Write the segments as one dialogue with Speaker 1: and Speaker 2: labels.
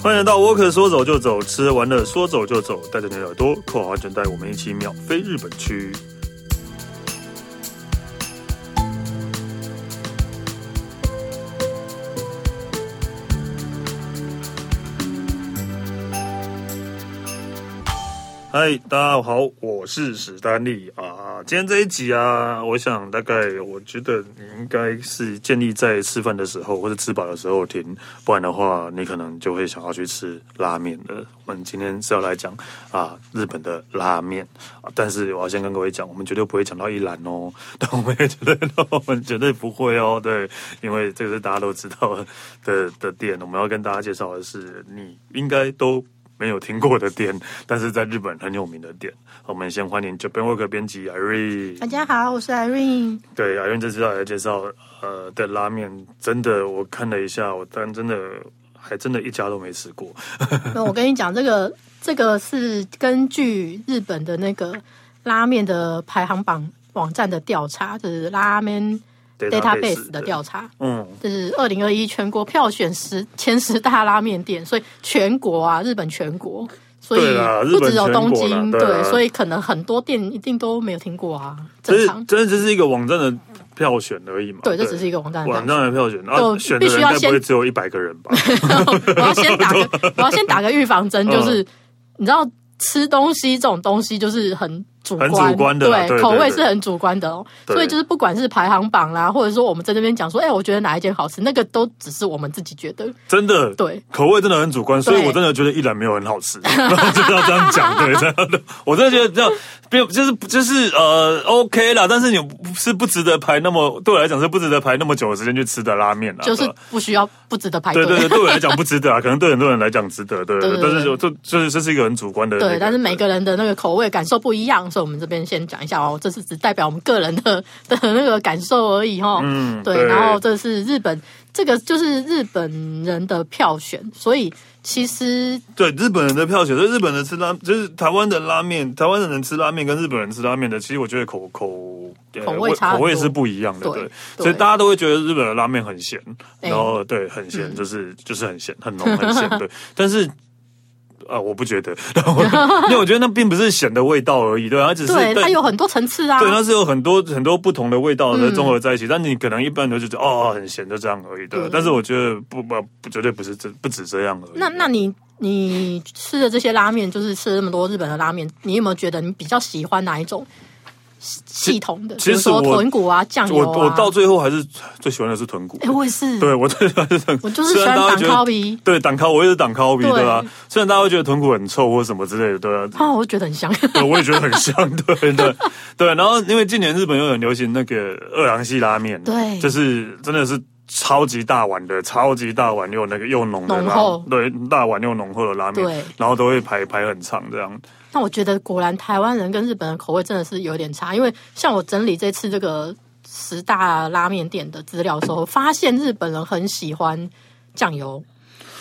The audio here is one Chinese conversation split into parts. Speaker 1: 欢迎来到沃克，说走就走，吃完了说走就走，带着你的耳朵扣好安全带，我们一起秒飞日本去。嗨，大家好，我是史丹利啊。今天这一集啊，我想大概我觉得你应该是建立在吃饭的时候或者吃饱的时候听，不然的话你可能就会想要去吃拉面了。我们今天是要来讲啊日本的拉面啊，但是我要先跟各位讲，我们绝对不会讲到一兰哦， 但我们也绝对 我们绝对不会哦，对，因为这个是大家都知道的的店，我们要跟大家介绍的是，你应该都。没有听过的店， 但是在日本很有名的店。我们先欢迎 Japan Work 编辑 Irene
Speaker 2: 大。家好，我 是 Irene。
Speaker 1: 对，Irene 这次要来介绍呃的拉面，真的我看了一下，我但真的还真的一家都没吃过。
Speaker 2: 那我跟你讲，这个这个是根据日本的那个拉面的排行榜网站的调查，就是拉面 database 的调查，
Speaker 1: 嗯，
Speaker 2: 就是二零二一全国票选十前十大拉面店，所以全国啊，日本全国。所以
Speaker 1: 对啦
Speaker 2: 不只有
Speaker 1: 日本全国啦
Speaker 2: 东京，
Speaker 1: 对
Speaker 2: 对
Speaker 1: 啊
Speaker 2: 所以可能很多店一定都没有听过啊，
Speaker 1: 这
Speaker 2: 正
Speaker 1: 是
Speaker 2: 常。
Speaker 1: 真的只是一个网站的票选而已嘛。
Speaker 2: 对，这只是一个网站的调
Speaker 1: 网
Speaker 2: 查。
Speaker 1: 站的票选，然后
Speaker 2: 就
Speaker 1: 选的
Speaker 2: 必
Speaker 1: 人
Speaker 2: 须要
Speaker 1: 该不
Speaker 2: 先
Speaker 1: 会只有一百个人吧？
Speaker 2: 我要先打个，我要先打个预防针，
Speaker 1: 嗯
Speaker 2: 就是、你知道吃东西这种东西就是很主观，
Speaker 1: 很主观的啦
Speaker 2: 对，
Speaker 1: 对对
Speaker 2: 口味是很主观的哦。
Speaker 1: 对
Speaker 2: 所以就是不管是排行榜啦，或者说我们在那边讲说，哎、我觉得哪一间好吃，那个都只是我们自己觉得，
Speaker 1: 真的，
Speaker 2: 对，
Speaker 1: 口味真的很主观，所以我真的觉得一兰没有很好吃， 然后就是要这样讲，对， 这样的，我真的觉得这样，没有，就是就是呃，OK 啦，但是你不是不值得排那么，对我来讲是不值得排那么久的时间去吃的拉面啦，
Speaker 2: 就是
Speaker 1: 对吧
Speaker 2: 不需要不值得排队。
Speaker 1: 对对对，对我来讲不值得啊，可能对很多人来讲值得，对对
Speaker 2: 对
Speaker 1: 对，
Speaker 2: 对
Speaker 1: 但是就这这这是一个很主观的那个，
Speaker 2: 对但是每个人的那个口味感受不一样，所以我们这边先讲一下哦，这是只代表我们个人的的那个感受而已哦。
Speaker 1: 嗯
Speaker 2: 对，
Speaker 1: 对
Speaker 2: 然后这是日本，这个就是日本人的票选，所以其实
Speaker 1: 对日本人的票选，所以日本人吃拉就是台湾的拉面，台湾人吃拉面跟日本人吃拉面的，其实我觉得口口呃
Speaker 2: 口味差很
Speaker 1: 口
Speaker 2: 多
Speaker 1: 味是不一样的，
Speaker 2: 对
Speaker 1: 对，
Speaker 2: 对
Speaker 1: 所以大家都会觉得日本的拉面很咸，
Speaker 2: 哎嗯
Speaker 1: 然后对很咸，就是就是很咸，很浓很 咸，对，但是。啊、我不觉得， 然后因为我觉得那并不是咸的味道而已，对啊吧，它只是
Speaker 2: 对，
Speaker 1: 但
Speaker 2: 它有嗯很多层次啊。
Speaker 1: 对，它是有很多很多不同的味道的综合在一起，但你可能一般人就觉得哦很咸就这样而已的
Speaker 2: 对，
Speaker 1: 但是我觉得不不不绝对不是这不止这样而已。
Speaker 2: 嗯那那你你吃的这些拉面，就是吃了那么多日本的拉面，你有没有觉得你比较喜欢哪一种系系统的？
Speaker 1: 其实
Speaker 2: 比如说
Speaker 1: 我
Speaker 2: 豚骨啊、酱油
Speaker 1: 我
Speaker 2: 啊。
Speaker 1: 我到最后还是最喜欢的是豚骨
Speaker 2: 哎、。我也是，
Speaker 1: 对，我最喜欢是豚骨。
Speaker 2: 我就是
Speaker 1: 虽然
Speaker 2: 喜欢
Speaker 1: 大家会觉得
Speaker 2: 挡靠鼻
Speaker 1: 对，挡靠，我也是挡靠鼻，
Speaker 2: 对
Speaker 1: 对吧？虽然大家会觉得豚骨很臭或什么之类的，对 啊，
Speaker 2: 啊，我觉得很香。
Speaker 1: 对，我也觉得很像，对对对。然后因为近年日本又很流行那个二郎系拉面，
Speaker 2: 对
Speaker 1: 就是真的是超级大碗的，超级大碗又那个又浓的
Speaker 2: 浓
Speaker 1: 拉
Speaker 2: 厚，
Speaker 1: 对，大碗又浓厚的拉面，
Speaker 2: 对
Speaker 1: 然后都会排排很长这样。
Speaker 2: 那我觉得果然台湾人跟日本人口味真的是有点差，因为像我整理这次这个十大拉面店的资料的时候，发现日本人很喜欢酱油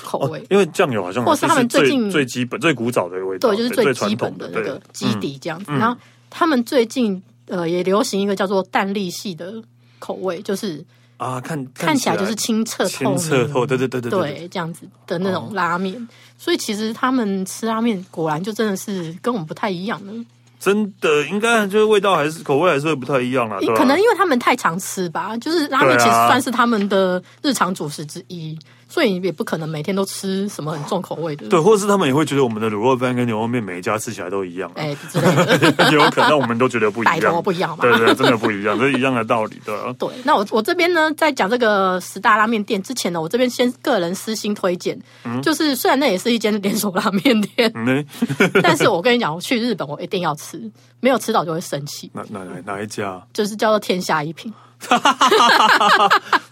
Speaker 2: 口味。
Speaker 1: 因为酱油好像
Speaker 2: 或是他们
Speaker 1: 这
Speaker 2: 最近
Speaker 1: 最最基本、最古早的味道，
Speaker 2: 对，就是
Speaker 1: 最
Speaker 2: 最
Speaker 1: 传
Speaker 2: 基
Speaker 1: 统
Speaker 2: 本的那
Speaker 1: 哦对嗯
Speaker 2: 个基底这样子。然后他们最近呃也流行一个叫做蛋力系的口味，就是
Speaker 1: 啊，看
Speaker 2: 看起来就是清澈透
Speaker 1: 清
Speaker 2: 明、
Speaker 1: 澈透，对对对对哦
Speaker 2: 对这样子的那种拉面。所以其实他们吃拉面果然就真的是跟我们不太一样了，
Speaker 1: 真的应该就是味道还是口味还是会不太一样啦，对啊吧
Speaker 2: 可能因为他们太常吃吧，就是拉面
Speaker 1: 对啊
Speaker 2: 其实算是他们的日常主食之一，所以也不可能每天都吃什么很重口味的，
Speaker 1: 对，或者是他们也会觉得我们的卤肉饭跟牛肉面每一家吃起来都一样、啊，
Speaker 2: 哎之类的，
Speaker 1: 也有可能我们都觉得不一
Speaker 2: 拜托
Speaker 1: 样，
Speaker 2: 不一样嘛。
Speaker 1: 对对，真的不一样，这是一样的道理对 啊。，
Speaker 2: 对，那我我这边呢，在讲这个十大拉面店之前呢，我这边先个人私心推荐，就是虽然那也是一间连锁拉面店
Speaker 1: 那
Speaker 2: 但是我跟你讲，我去日本我一定要吃，没有吃到就会生气，
Speaker 1: 哪哪哪哪一家
Speaker 2: 就是叫做天下一品。
Speaker 1: ？OK 啦，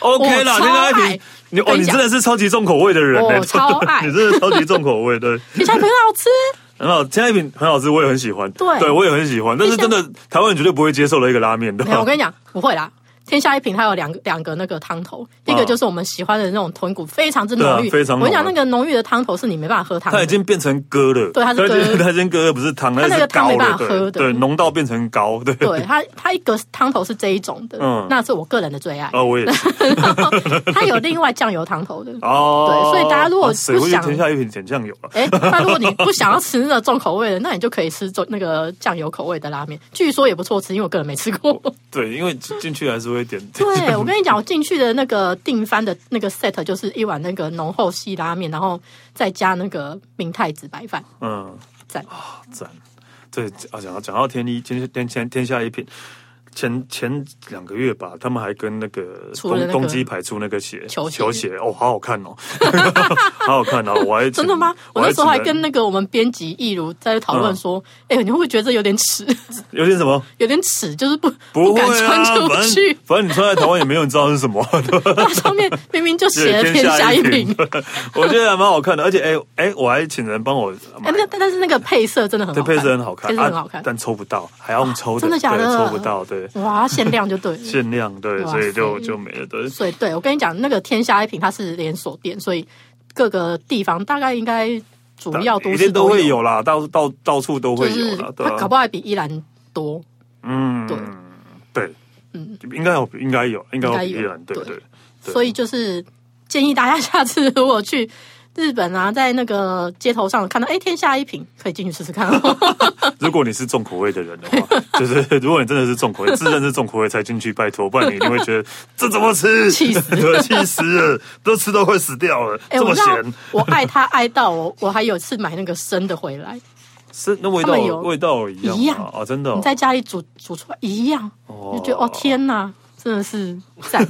Speaker 2: 我
Speaker 1: 天
Speaker 2: 超
Speaker 1: 下一
Speaker 2: 爱
Speaker 1: 品，你哦，
Speaker 2: 跟
Speaker 1: 你
Speaker 2: 你讲
Speaker 1: 真的是超级重口味的人呢、
Speaker 2: 我超 爱
Speaker 1: 你真的超级重口味，对，
Speaker 2: 天下一品很好吃，
Speaker 1: 很好，天下一品很好吃，我也很喜欢，
Speaker 2: 对
Speaker 1: 我也很喜欢，但是真的台湾人绝对不会接受的一个拉面，对
Speaker 2: 没有，
Speaker 1: 吧
Speaker 2: 我？跟你讲不会啦。天下一品它有两个两个那个汤头，一个就是我们喜欢的那种豚骨，非常之浓
Speaker 1: 嗯对
Speaker 2: 郁，
Speaker 1: 啊非常浓
Speaker 2: 我跟你讲那个浓郁的汤头是你没办法喝汤的，
Speaker 1: 它已经变成疙了，
Speaker 2: 对它是
Speaker 1: 它已经
Speaker 2: 疙
Speaker 1: 它已经疙了，不是汤，
Speaker 2: 它那
Speaker 1: 是
Speaker 2: 个汤
Speaker 1: 膏
Speaker 2: 没办
Speaker 1: 了，
Speaker 2: 法
Speaker 1: 对
Speaker 2: 喝的
Speaker 1: 对，浓到变成膏，对，
Speaker 2: 对它，它一个汤头是这一种的，
Speaker 1: 嗯
Speaker 2: 那是我个人的最爱。
Speaker 1: 啊，我也 是，
Speaker 2: 它有另外酱油汤头的，
Speaker 1: 哦，
Speaker 2: 对所以大家如果
Speaker 1: 啊谁会
Speaker 2: 不想
Speaker 1: 去天下一品甜酱油了？
Speaker 2: 哎，那如果你不想要吃那重口味的，那你就可以吃重那个酱油口味的拉面，据说也不错吃，因为我个人没吃过。
Speaker 1: 对，因为进进去还是会点，
Speaker 2: 对，我跟你讲，我进去的那个订番的那个 set 就是一碗那个浓厚细拉面，然后再加那个明太子白饭，
Speaker 1: 嗯，
Speaker 2: 赞。
Speaker 1: 赞。对啊，讲到讲到天一天天天天下一品，前前两个月吧，他们还跟那个
Speaker 2: 出了
Speaker 1: 公
Speaker 2: 那个
Speaker 1: 公鸡排出那个鞋
Speaker 2: 球鞋
Speaker 1: 球鞋哦，好好看哦， 好好看哦，我还
Speaker 2: 真的吗？我那时候
Speaker 1: 只
Speaker 2: 还
Speaker 1: 能
Speaker 2: 跟那个我们编辑易如在讨论说，
Speaker 1: 嗯
Speaker 2: 哎、你会不会觉得这有点耻，
Speaker 1: 有点什么
Speaker 2: 有点耻，就是不
Speaker 1: 不会
Speaker 2: 敢穿
Speaker 1: 啊，
Speaker 2: 出
Speaker 1: 反正
Speaker 2: 去，
Speaker 1: 反正你穿在台湾也没有人知道是什么，对吧？
Speaker 2: 那上面明明就写了天下一品。，
Speaker 1: 我觉得还蛮好看的，而且哎哎、我还请人帮我买
Speaker 2: 哎，那但但是那个配色真的很好
Speaker 1: 这
Speaker 2: 看，
Speaker 1: 配色很好看，
Speaker 2: 配色很好看哦
Speaker 1: 啊，。但抽不到，还要用抽的，
Speaker 2: 真的假的
Speaker 1: 对抽不到，对，
Speaker 2: 哇，限量就 对了。
Speaker 1: 限量，对，
Speaker 2: 哇
Speaker 1: 所以就
Speaker 2: 塞
Speaker 1: 就没了，对。
Speaker 2: 所以对我跟你讲，那个天下一品它是连锁店，所以各个地方大概应该主要都
Speaker 1: 一
Speaker 2: 市
Speaker 1: 定都会
Speaker 2: 有，
Speaker 1: 有啦，到到到处都
Speaker 2: 就
Speaker 1: 会有
Speaker 2: 是
Speaker 1: 啦，对
Speaker 2: 它
Speaker 1: 啊
Speaker 2: 搞不好还比依兰多。
Speaker 1: 嗯，
Speaker 2: 对
Speaker 1: 对，
Speaker 2: 嗯，
Speaker 1: 应该有，应该有，应该有比
Speaker 2: 应
Speaker 1: 例
Speaker 2: 该有
Speaker 1: 人，对
Speaker 2: 对
Speaker 1: 对。对
Speaker 2: 所以就是建议大家下次如果去 日本啊，在那个街头上看到哎天下一品，可以进去试试看哦。
Speaker 1: 如果你是重口味的人的 话，就是如果你真的是重口味，自认是重口味才进去，拜托，不然你一定会觉得这怎么吃？
Speaker 2: 气死
Speaker 1: 对，气死了，都吃到快死掉了，
Speaker 2: 哎，
Speaker 1: 这
Speaker 2: 我
Speaker 1: 么
Speaker 2: 知道
Speaker 1: 咸，
Speaker 2: 我爱它爱到我，我还有次买那个生的回来，
Speaker 1: 是那味道
Speaker 2: 他们有
Speaker 1: 味道一样吗
Speaker 2: 一样
Speaker 1: 哦，真的哦
Speaker 2: 你在家里煮煮出来一样，
Speaker 1: 哦
Speaker 2: 就觉得哦天哪，真的是赞。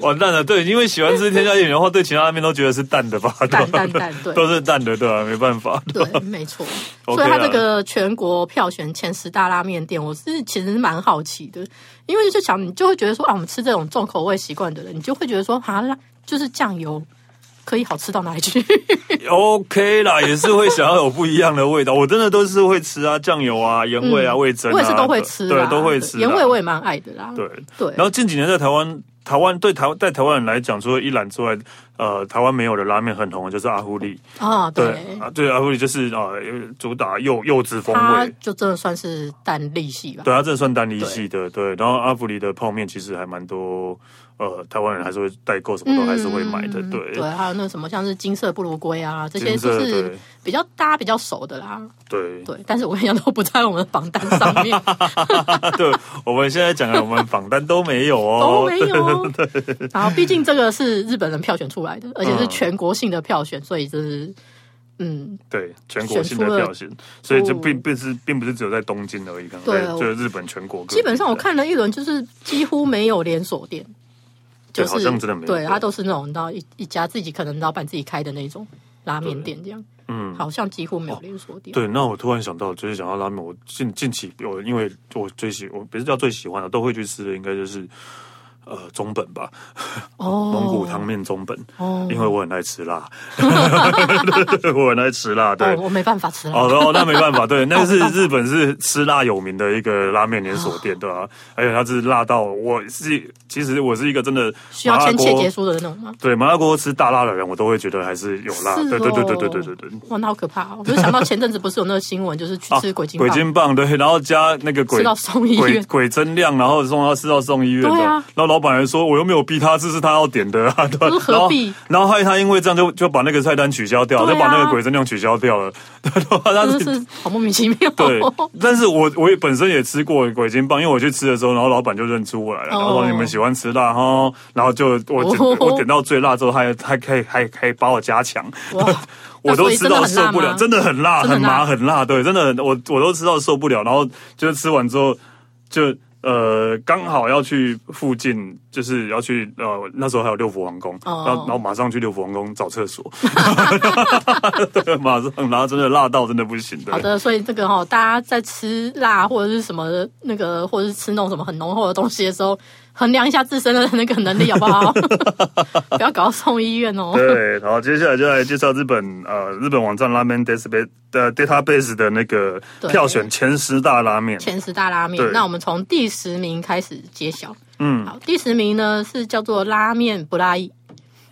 Speaker 1: 完蛋了，对，因为喜欢吃天下一品的话，对其他面都觉得是淡的吧，对吧
Speaker 2: 淡淡 淡对
Speaker 1: 都是淡的，对吧？没办法，
Speaker 2: 对，没错。
Speaker 1: OK
Speaker 2: 所以它
Speaker 1: 啦
Speaker 2: 这个全国票选前十大拉面店，我是其实蛮好奇的，因为就想你就会觉得说啊，我们吃这种重口味习惯的人，你就会觉得说啊，那就是酱油可以好吃到哪里去？
Speaker 1: OK 啦，也是会想要有不一样的味道。我真的都是会吃啊，酱油啊、盐味啊、味增、啊，
Speaker 2: 嗯 我也是都会吃
Speaker 1: 对，
Speaker 2: 啦，
Speaker 1: 都会吃啦。啊
Speaker 2: 盐味我也蛮爱的啦。
Speaker 1: 对
Speaker 2: 对
Speaker 1: 然后近几年在台湾，台湾对台在台湾人来讲，除了一兰之外，呃，台湾没有的拉面很红的就是阿芙丽。
Speaker 2: 啊，
Speaker 1: 对
Speaker 2: 对，
Speaker 1: 啊，对，阿芙丽就是啊、呃主打柚柚子风
Speaker 2: 它
Speaker 1: 味。
Speaker 2: 就真的算是淡利系吧。
Speaker 1: 对，它真的算单一系的，对。然后阿芙丽的泡面其实还蛮多，呃，台湾人还是会代购，什么都还是会买的，
Speaker 2: 嗯
Speaker 1: 对。
Speaker 2: 对，还有那什么像是金色布鲁龟啊，这些
Speaker 1: 金
Speaker 2: 就
Speaker 1: 色
Speaker 2: 是
Speaker 1: 对
Speaker 2: 比较大家比较熟的啦。
Speaker 1: 对
Speaker 2: 对，但是我跟你讲都不在我们的榜单上面，
Speaker 1: 啊对，我们现在讲的我们榜单都没有哦，
Speaker 2: 都没有哦。 然后，毕竟这个是日本人票选出来的，而且是全国性的票选，所以就是嗯，
Speaker 1: 对，全国性
Speaker 2: 选
Speaker 1: 的
Speaker 2: 出了
Speaker 1: 票型，所以这
Speaker 2: 哦
Speaker 1: 并并是并不是只有在东京而已，可能
Speaker 2: 对
Speaker 1: 在
Speaker 2: 我
Speaker 1: 就是日本全国各地。
Speaker 2: 基本上我看了一轮，就是几乎没有连锁店，
Speaker 1: 对
Speaker 2: 就是
Speaker 1: 好像真的没有
Speaker 2: 对，它都是那种你知道一一家自己可能老板自己开的那种拉面店这样，
Speaker 1: 嗯，
Speaker 2: 好像几乎没有连锁店。
Speaker 1: 对，那我突然想到，就是讲到拉面，我近近期我因为我最喜我不是叫最喜欢的，啊都会去吃的，应该就是呃中本吧，
Speaker 2: 哦，
Speaker 1: 蒙古汤面中本，
Speaker 2: 哦
Speaker 1: 因为我很爱吃 辣，我很爱吃辣，对。
Speaker 2: 哦，我哦没办法吃了。
Speaker 1: 哦，哦，那没办法，对，那是 日本是吃辣有名的一个拉面连锁店，对
Speaker 2: 哦
Speaker 1: 吧、而且它是辣到我是，其实我是一个真的
Speaker 2: 需要
Speaker 1: 麻辣
Speaker 2: 签切
Speaker 1: 锅
Speaker 2: 结束的那种吗？
Speaker 1: 对麻辣锅吃大辣的人，我都会觉得还是有辣。
Speaker 2: 是
Speaker 1: 对对对对对对
Speaker 2: 哦
Speaker 1: 对对。
Speaker 2: 哇，那好可怕、哦！我就想到前阵子不是有那个新闻，就是去吃鬼精
Speaker 1: 啊鬼
Speaker 2: 棒
Speaker 1: 金棒对，然后加那个鬼
Speaker 2: 吃到送医
Speaker 1: 鬼
Speaker 2: 院，
Speaker 1: 鬼增量，然后送他吃到送医院的。
Speaker 2: 对啊
Speaker 1: 然后老板还说我又没有逼他，这是他要点的 啊，对吧
Speaker 2: 这是何必
Speaker 1: 然后然后害他因为这样就就把那个菜单取消掉，
Speaker 2: 对啊
Speaker 1: 就把那个鬼增量取消掉了。 对吧他
Speaker 2: 真的是哦好莫名其妙。
Speaker 1: 对，但是我我也本身也吃过鬼金棒，因为我去吃的时候，然后老板就认出我来了，
Speaker 2: 哦
Speaker 1: 然后说你们喜欢吃辣哈，然后就我点、
Speaker 2: 哦
Speaker 1: 我点到最辣之后，还还可以还可以把我加强，
Speaker 2: 哇
Speaker 1: 我都吃到受不了，
Speaker 2: 那所
Speaker 1: 真
Speaker 2: 以真
Speaker 1: 的很辣，
Speaker 2: 真的
Speaker 1: 很
Speaker 2: 很
Speaker 1: 麻，
Speaker 2: 辣
Speaker 1: 很辣，对，真的很我我都吃到受不了，然后就是吃完之后就。呃，刚好要去附近，就是要去呃，那时候还有六福皇宫，
Speaker 2: 哦
Speaker 1: 然后然后马上去六福皇宫找厕所， 对，马上，然后真的辣到真的不行的。
Speaker 2: 好的，所以这个哈、大家在吃辣或者是什么那个，或者是吃那种什么很浓厚的东西的时候，衡量一下自身的那个能力好不好？ 不要搞到送医院哦。
Speaker 1: 对，然后接下来就来介绍日本呃日本网站拉面 database 的 database 的那个
Speaker 2: 对
Speaker 1: 票选前十大拉面。
Speaker 2: 前十大拉
Speaker 1: 对
Speaker 2: 面，那我们从第十名开始揭晓。
Speaker 1: 嗯
Speaker 2: 好，第十名呢是叫做拉面布拉伊，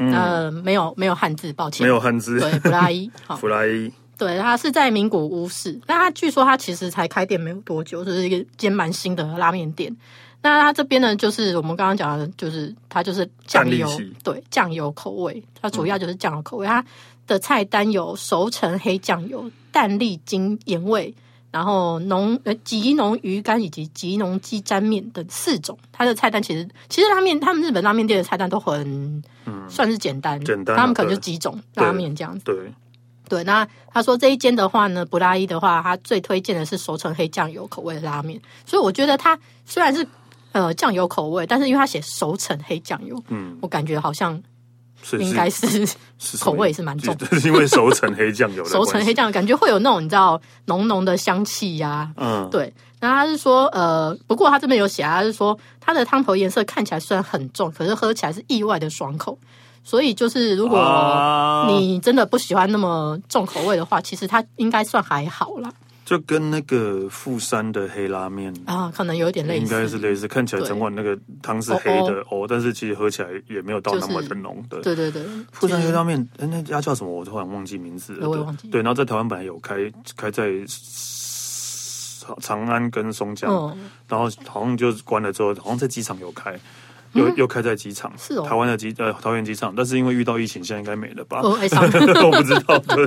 Speaker 1: 嗯，
Speaker 2: 呃，没有没有汉字，抱歉，
Speaker 1: 没有汉 字，
Speaker 2: 对布拉伊。好，
Speaker 1: 弗莱伊
Speaker 2: 对，它是在名古屋市。那它据说它其实才开店没有多久，就是一间蛮新的拉面店。那它这边呢，就是我们刚刚讲的，就是它就是酱油
Speaker 1: 蛋力系，
Speaker 2: 对，酱油口味，它主要就是酱油口味。它的菜单有熟成黑酱油、蛋力精盐味，然后浓呃吉农鱼干以及吉农鸡沾面等四种。它的菜单其实其实拉面，他们日本拉面店的菜单都很，算是简单，
Speaker 1: 嗯简单啊
Speaker 2: 他们可能就
Speaker 1: 对
Speaker 2: 几种
Speaker 1: 对
Speaker 2: 拉面这样子。
Speaker 1: 对，
Speaker 2: 对，那他说这一间的话呢，布拉伊的话，他最推荐的是熟成黑酱油口味的拉面，所以我觉得它虽然是呃酱油口味，但是因为它写熟成黑酱油，
Speaker 1: 嗯，
Speaker 2: 我感觉好像
Speaker 1: 所以
Speaker 2: 应
Speaker 1: 是
Speaker 2: 该是
Speaker 1: 是
Speaker 2: 口味是蛮重的，
Speaker 1: 是因为熟成黑酱油的
Speaker 2: 熟成黑
Speaker 1: 关系，
Speaker 2: 酱油，感觉会有那种你知道浓浓的香气呀、
Speaker 1: 嗯，
Speaker 2: 对，那他是说，呃，不过他这边有写啊，他是说它的汤头颜色看起来虽然很重，可是喝起来是意外的爽口。所以就是，如果
Speaker 1: 啊
Speaker 2: 你真的不喜欢那么重口味的话，其实它应该算还好啦。
Speaker 1: 就跟那个富山的黑拉面。
Speaker 2: 啊，可能有点类
Speaker 1: 应
Speaker 2: 似，
Speaker 1: 该是类似，看起来整碗那个汤是黑的哦，但是其实喝起来也没有到那么的浓的。
Speaker 2: 对对对，
Speaker 1: 富山黑
Speaker 2: 就是
Speaker 1: 拉面，哎，那家叫什么？我突然忘记名字了。
Speaker 2: 我也
Speaker 1: 对
Speaker 2: 忘记
Speaker 1: 对，然后在台湾本来有开，开在长长安跟松江，
Speaker 2: 嗯，
Speaker 1: 然后好像就关了之后，好像在机场有开，又、又开在机场，
Speaker 2: 嗯是哦
Speaker 1: 台湾的机呃桃园机场，但是因为遇到疫情，现在应该没了吧？
Speaker 2: 哦，哀伤，
Speaker 1: 我不知 道，对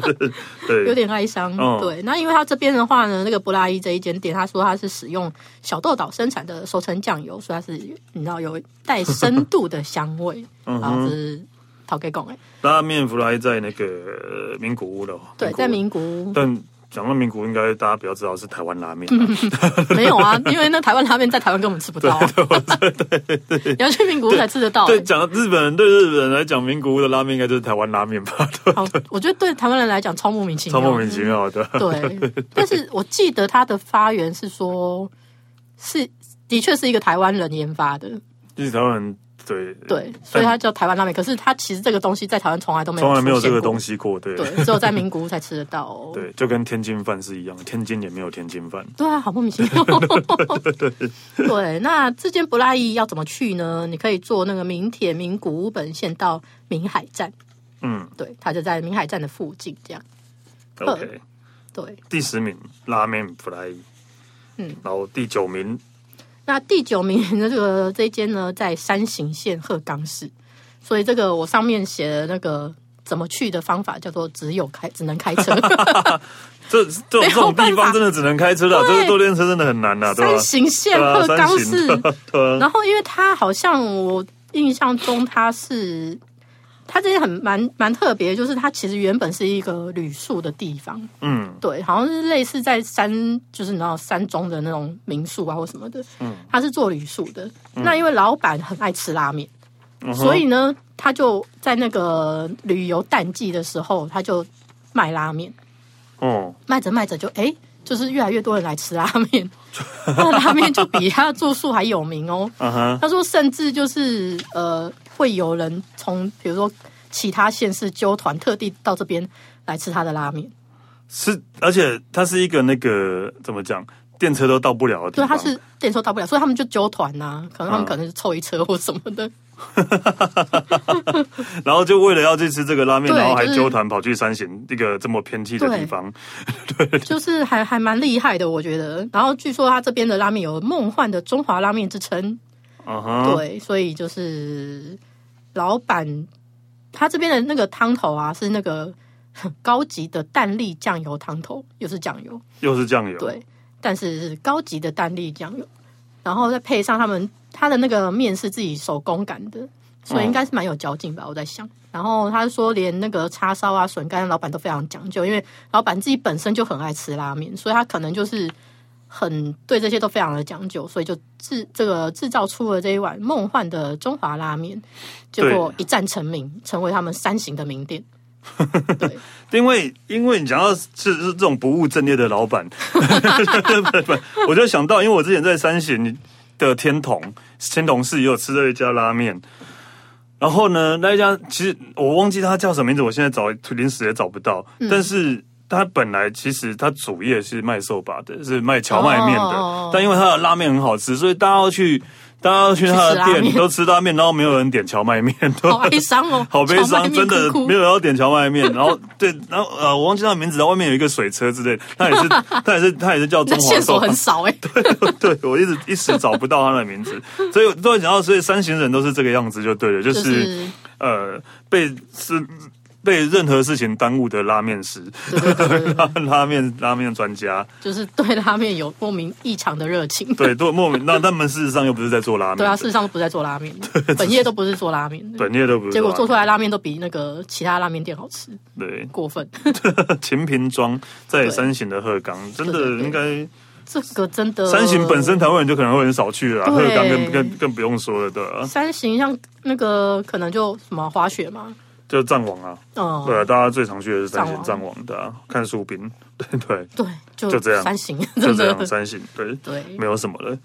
Speaker 1: 对，
Speaker 2: 有点哀伤。
Speaker 1: 嗯
Speaker 2: 对，那因为它这边的话呢，那个布拉伊这一间店，他说它是使用小豆岛生产的熟成酱油，所以它是你知道有带深度的香味，
Speaker 1: 嗯
Speaker 2: 然后是陶给贡哎，
Speaker 1: 拉面弗莱在那个呃名古屋的哦，
Speaker 2: 对，
Speaker 1: 名古屋
Speaker 2: 在名古屋
Speaker 1: 但。讲到名古屋，应该大家比较知道是台湾拉面啊、
Speaker 2: 嗯没有啊，因为那台湾拉面在台湾根本吃不 到， 你要去名古屋才吃得到。哎
Speaker 1: 对，讲到日本人，对日本人来讲，名古屋的拉面应该就是台湾拉面吧？对，
Speaker 2: 好，我觉得对台湾人来讲超莫名 其
Speaker 1: 超
Speaker 2: 妙，
Speaker 1: 莫名其妙 的。
Speaker 2: 对，但是我记得它的发源是说，是的确是一个台湾人研发的，
Speaker 1: 就是台湾人，对，
Speaker 2: 对，所以它叫台湾拉面。可是它其实这个东西在台湾从来都没有
Speaker 1: 从来没有这个东
Speaker 2: 西，
Speaker 1: 西过，对，
Speaker 2: 对，只有在名古屋才吃得到、哦。
Speaker 1: 对，就跟天津饭是一样，天津也没有天津饭。
Speaker 2: 对啊，好莫名其妙。 对，那这间布拉伊要怎么去呢？你可以坐那个名铁名古屋本线到明海站，
Speaker 1: 嗯
Speaker 2: 对，它就在明海站的附近，这样嗯
Speaker 1: ，OK。
Speaker 2: 对。
Speaker 1: 第十名拉面普莱，
Speaker 2: 嗯，
Speaker 1: 然后第九名
Speaker 2: 那第九名的这个这一间呢，在山形县鹤冈市，所以这个我上面写的那个怎么去的方法叫做只有开只能开 车。
Speaker 1: 啊这这种这种地方真的只能开车了，
Speaker 2: 对
Speaker 1: 这个坐电车真的很难呐，对
Speaker 2: 山
Speaker 1: 吧？
Speaker 2: 形县
Speaker 1: 对啊，
Speaker 2: 鹤
Speaker 1: 山
Speaker 2: 冈
Speaker 1: 形
Speaker 2: 市，
Speaker 1: 的， 对啊，
Speaker 2: 然后因为它好像我印象中它是。它这些很蛮蛮特别，就是它其实原本是一个旅宿的地方，
Speaker 1: 嗯，
Speaker 2: 对，好像是类似在山，就是你知道山中的那种民宿啊或什么的。
Speaker 1: 嗯，
Speaker 2: 他是做旅宿的。那因为老板很爱吃拉面，
Speaker 1: 嗯哼
Speaker 2: 所以呢，他就在那个旅游淡季的时候，他就卖拉面，
Speaker 1: 哦，
Speaker 2: 卖着卖着就哎。就是越来越多人来吃拉面， 他的拉面就比他的住宿还有名哦。
Speaker 1: 嗯哼，
Speaker 2: 他说，甚至就是呃，会有人从比如说其他县市纠团特地到这边来吃他的拉面。
Speaker 1: 是，而且它是一个那个怎么讲，电车都到不了的地
Speaker 2: 对，
Speaker 1: 方，
Speaker 2: 他是电车到不了，所以他们就纠团呐、可能他
Speaker 1: 嗯
Speaker 2: 们可能是凑一车或什么的，
Speaker 1: 然后就为了要去吃这个拉面，
Speaker 2: 对
Speaker 1: 然后还
Speaker 2: 就是
Speaker 1: 纠团跑去山形一个这么偏僻的地方，
Speaker 2: 就是还还蛮厉害的，我觉得。然后据说他这边的拉面有梦幻的中华拉面之称，
Speaker 1: 嗯哼，
Speaker 2: 对，所以就是老板他这边的那个汤头啊，是那个 哼高级的蛋粒酱油汤头，又是酱油，
Speaker 1: 又是酱油，，
Speaker 2: 对，但是是高级的蛋粒酱油，然后再配上他们他的那个面是自己手工擀的，
Speaker 1: 嗯
Speaker 2: 所以应该是蛮有嚼劲吧，我在想。然后他说，连那个叉烧啊、笋干，老板都非常讲究，因为老板自己本身就很爱吃拉面，所以他可能就是很对这些都非常的讲究，所以就制这个制造出了这一碗梦幻的中华拉面，结果一战成名，成为他们三型的 名店。对，
Speaker 1: 因为因为你讲到是是这 种不务正业的老板，我就想到，因为我之前在三贤的天童，天童市也有吃到一家拉面。然后呢，那一家其实我忘记它叫什么名字，我现在找临时也找不到。
Speaker 2: 嗯
Speaker 1: 但是它本来其实它主业是卖寿把的，是卖荞麦面的。
Speaker 2: 哦
Speaker 1: 但因为它的拉面很好吃，所以大家要去，大家要去它的
Speaker 2: 去吃拉
Speaker 1: 店
Speaker 2: 面
Speaker 1: 都吃拉面，然后没有人点荞麦面，
Speaker 2: 好悲伤 哦，
Speaker 1: 好悲
Speaker 2: 荞麦
Speaker 1: 伤，
Speaker 2: 面
Speaker 1: 真的
Speaker 2: 哭哭
Speaker 1: 没有人要点荞麦面。然后对， 然后呃，我忘记他名字，然后外面有一个水车之类的，他也 是，他也是，他也是叫
Speaker 2: 你的
Speaker 1: 中华
Speaker 2: 线
Speaker 1: 寿
Speaker 2: 索
Speaker 1: 把
Speaker 2: 很。少哎、
Speaker 1: 对，我一直一时找不到他的名字，所以我都会讲到，所以三行人都是这个样子就对了，就、
Speaker 2: 就是是
Speaker 1: 呃被是被任何事情耽误的拉面师，拉 拉面拉面专家，
Speaker 2: 就是对拉面有莫名异常的热情。
Speaker 1: 对，都莫名那他们事实上又不是在做拉面，
Speaker 2: 对啊，事实上都不是在做拉面的，本业都不是做拉面的，
Speaker 1: 本业都不是
Speaker 2: 结
Speaker 1: 做拉面，
Speaker 2: 果做出来拉面都比那个其他拉面店好吃，
Speaker 1: 对
Speaker 2: 过分。
Speaker 1: 秦平庄在
Speaker 2: 对
Speaker 1: 三行的鹤冈，真的
Speaker 2: 对对对
Speaker 1: 应该。
Speaker 2: 这个真的
Speaker 1: 三型本身台湾人就可能会很少去啊了啦，鹤
Speaker 2: 对
Speaker 1: 冈更更更不用说了，对啊，
Speaker 2: 三型像那个可能就什么滑雪嘛，
Speaker 1: 就藏王啊，
Speaker 2: 嗯，
Speaker 1: 对啊，大家最常去的是三型
Speaker 2: 藏
Speaker 1: 藏王的、啊，看树冰， 对对，
Speaker 2: 对，就
Speaker 1: 就这样
Speaker 2: 三型
Speaker 1: 就
Speaker 2: 真
Speaker 1: 这
Speaker 2: 的
Speaker 1: 样，三 型对，
Speaker 2: 对，
Speaker 1: 没有什么了，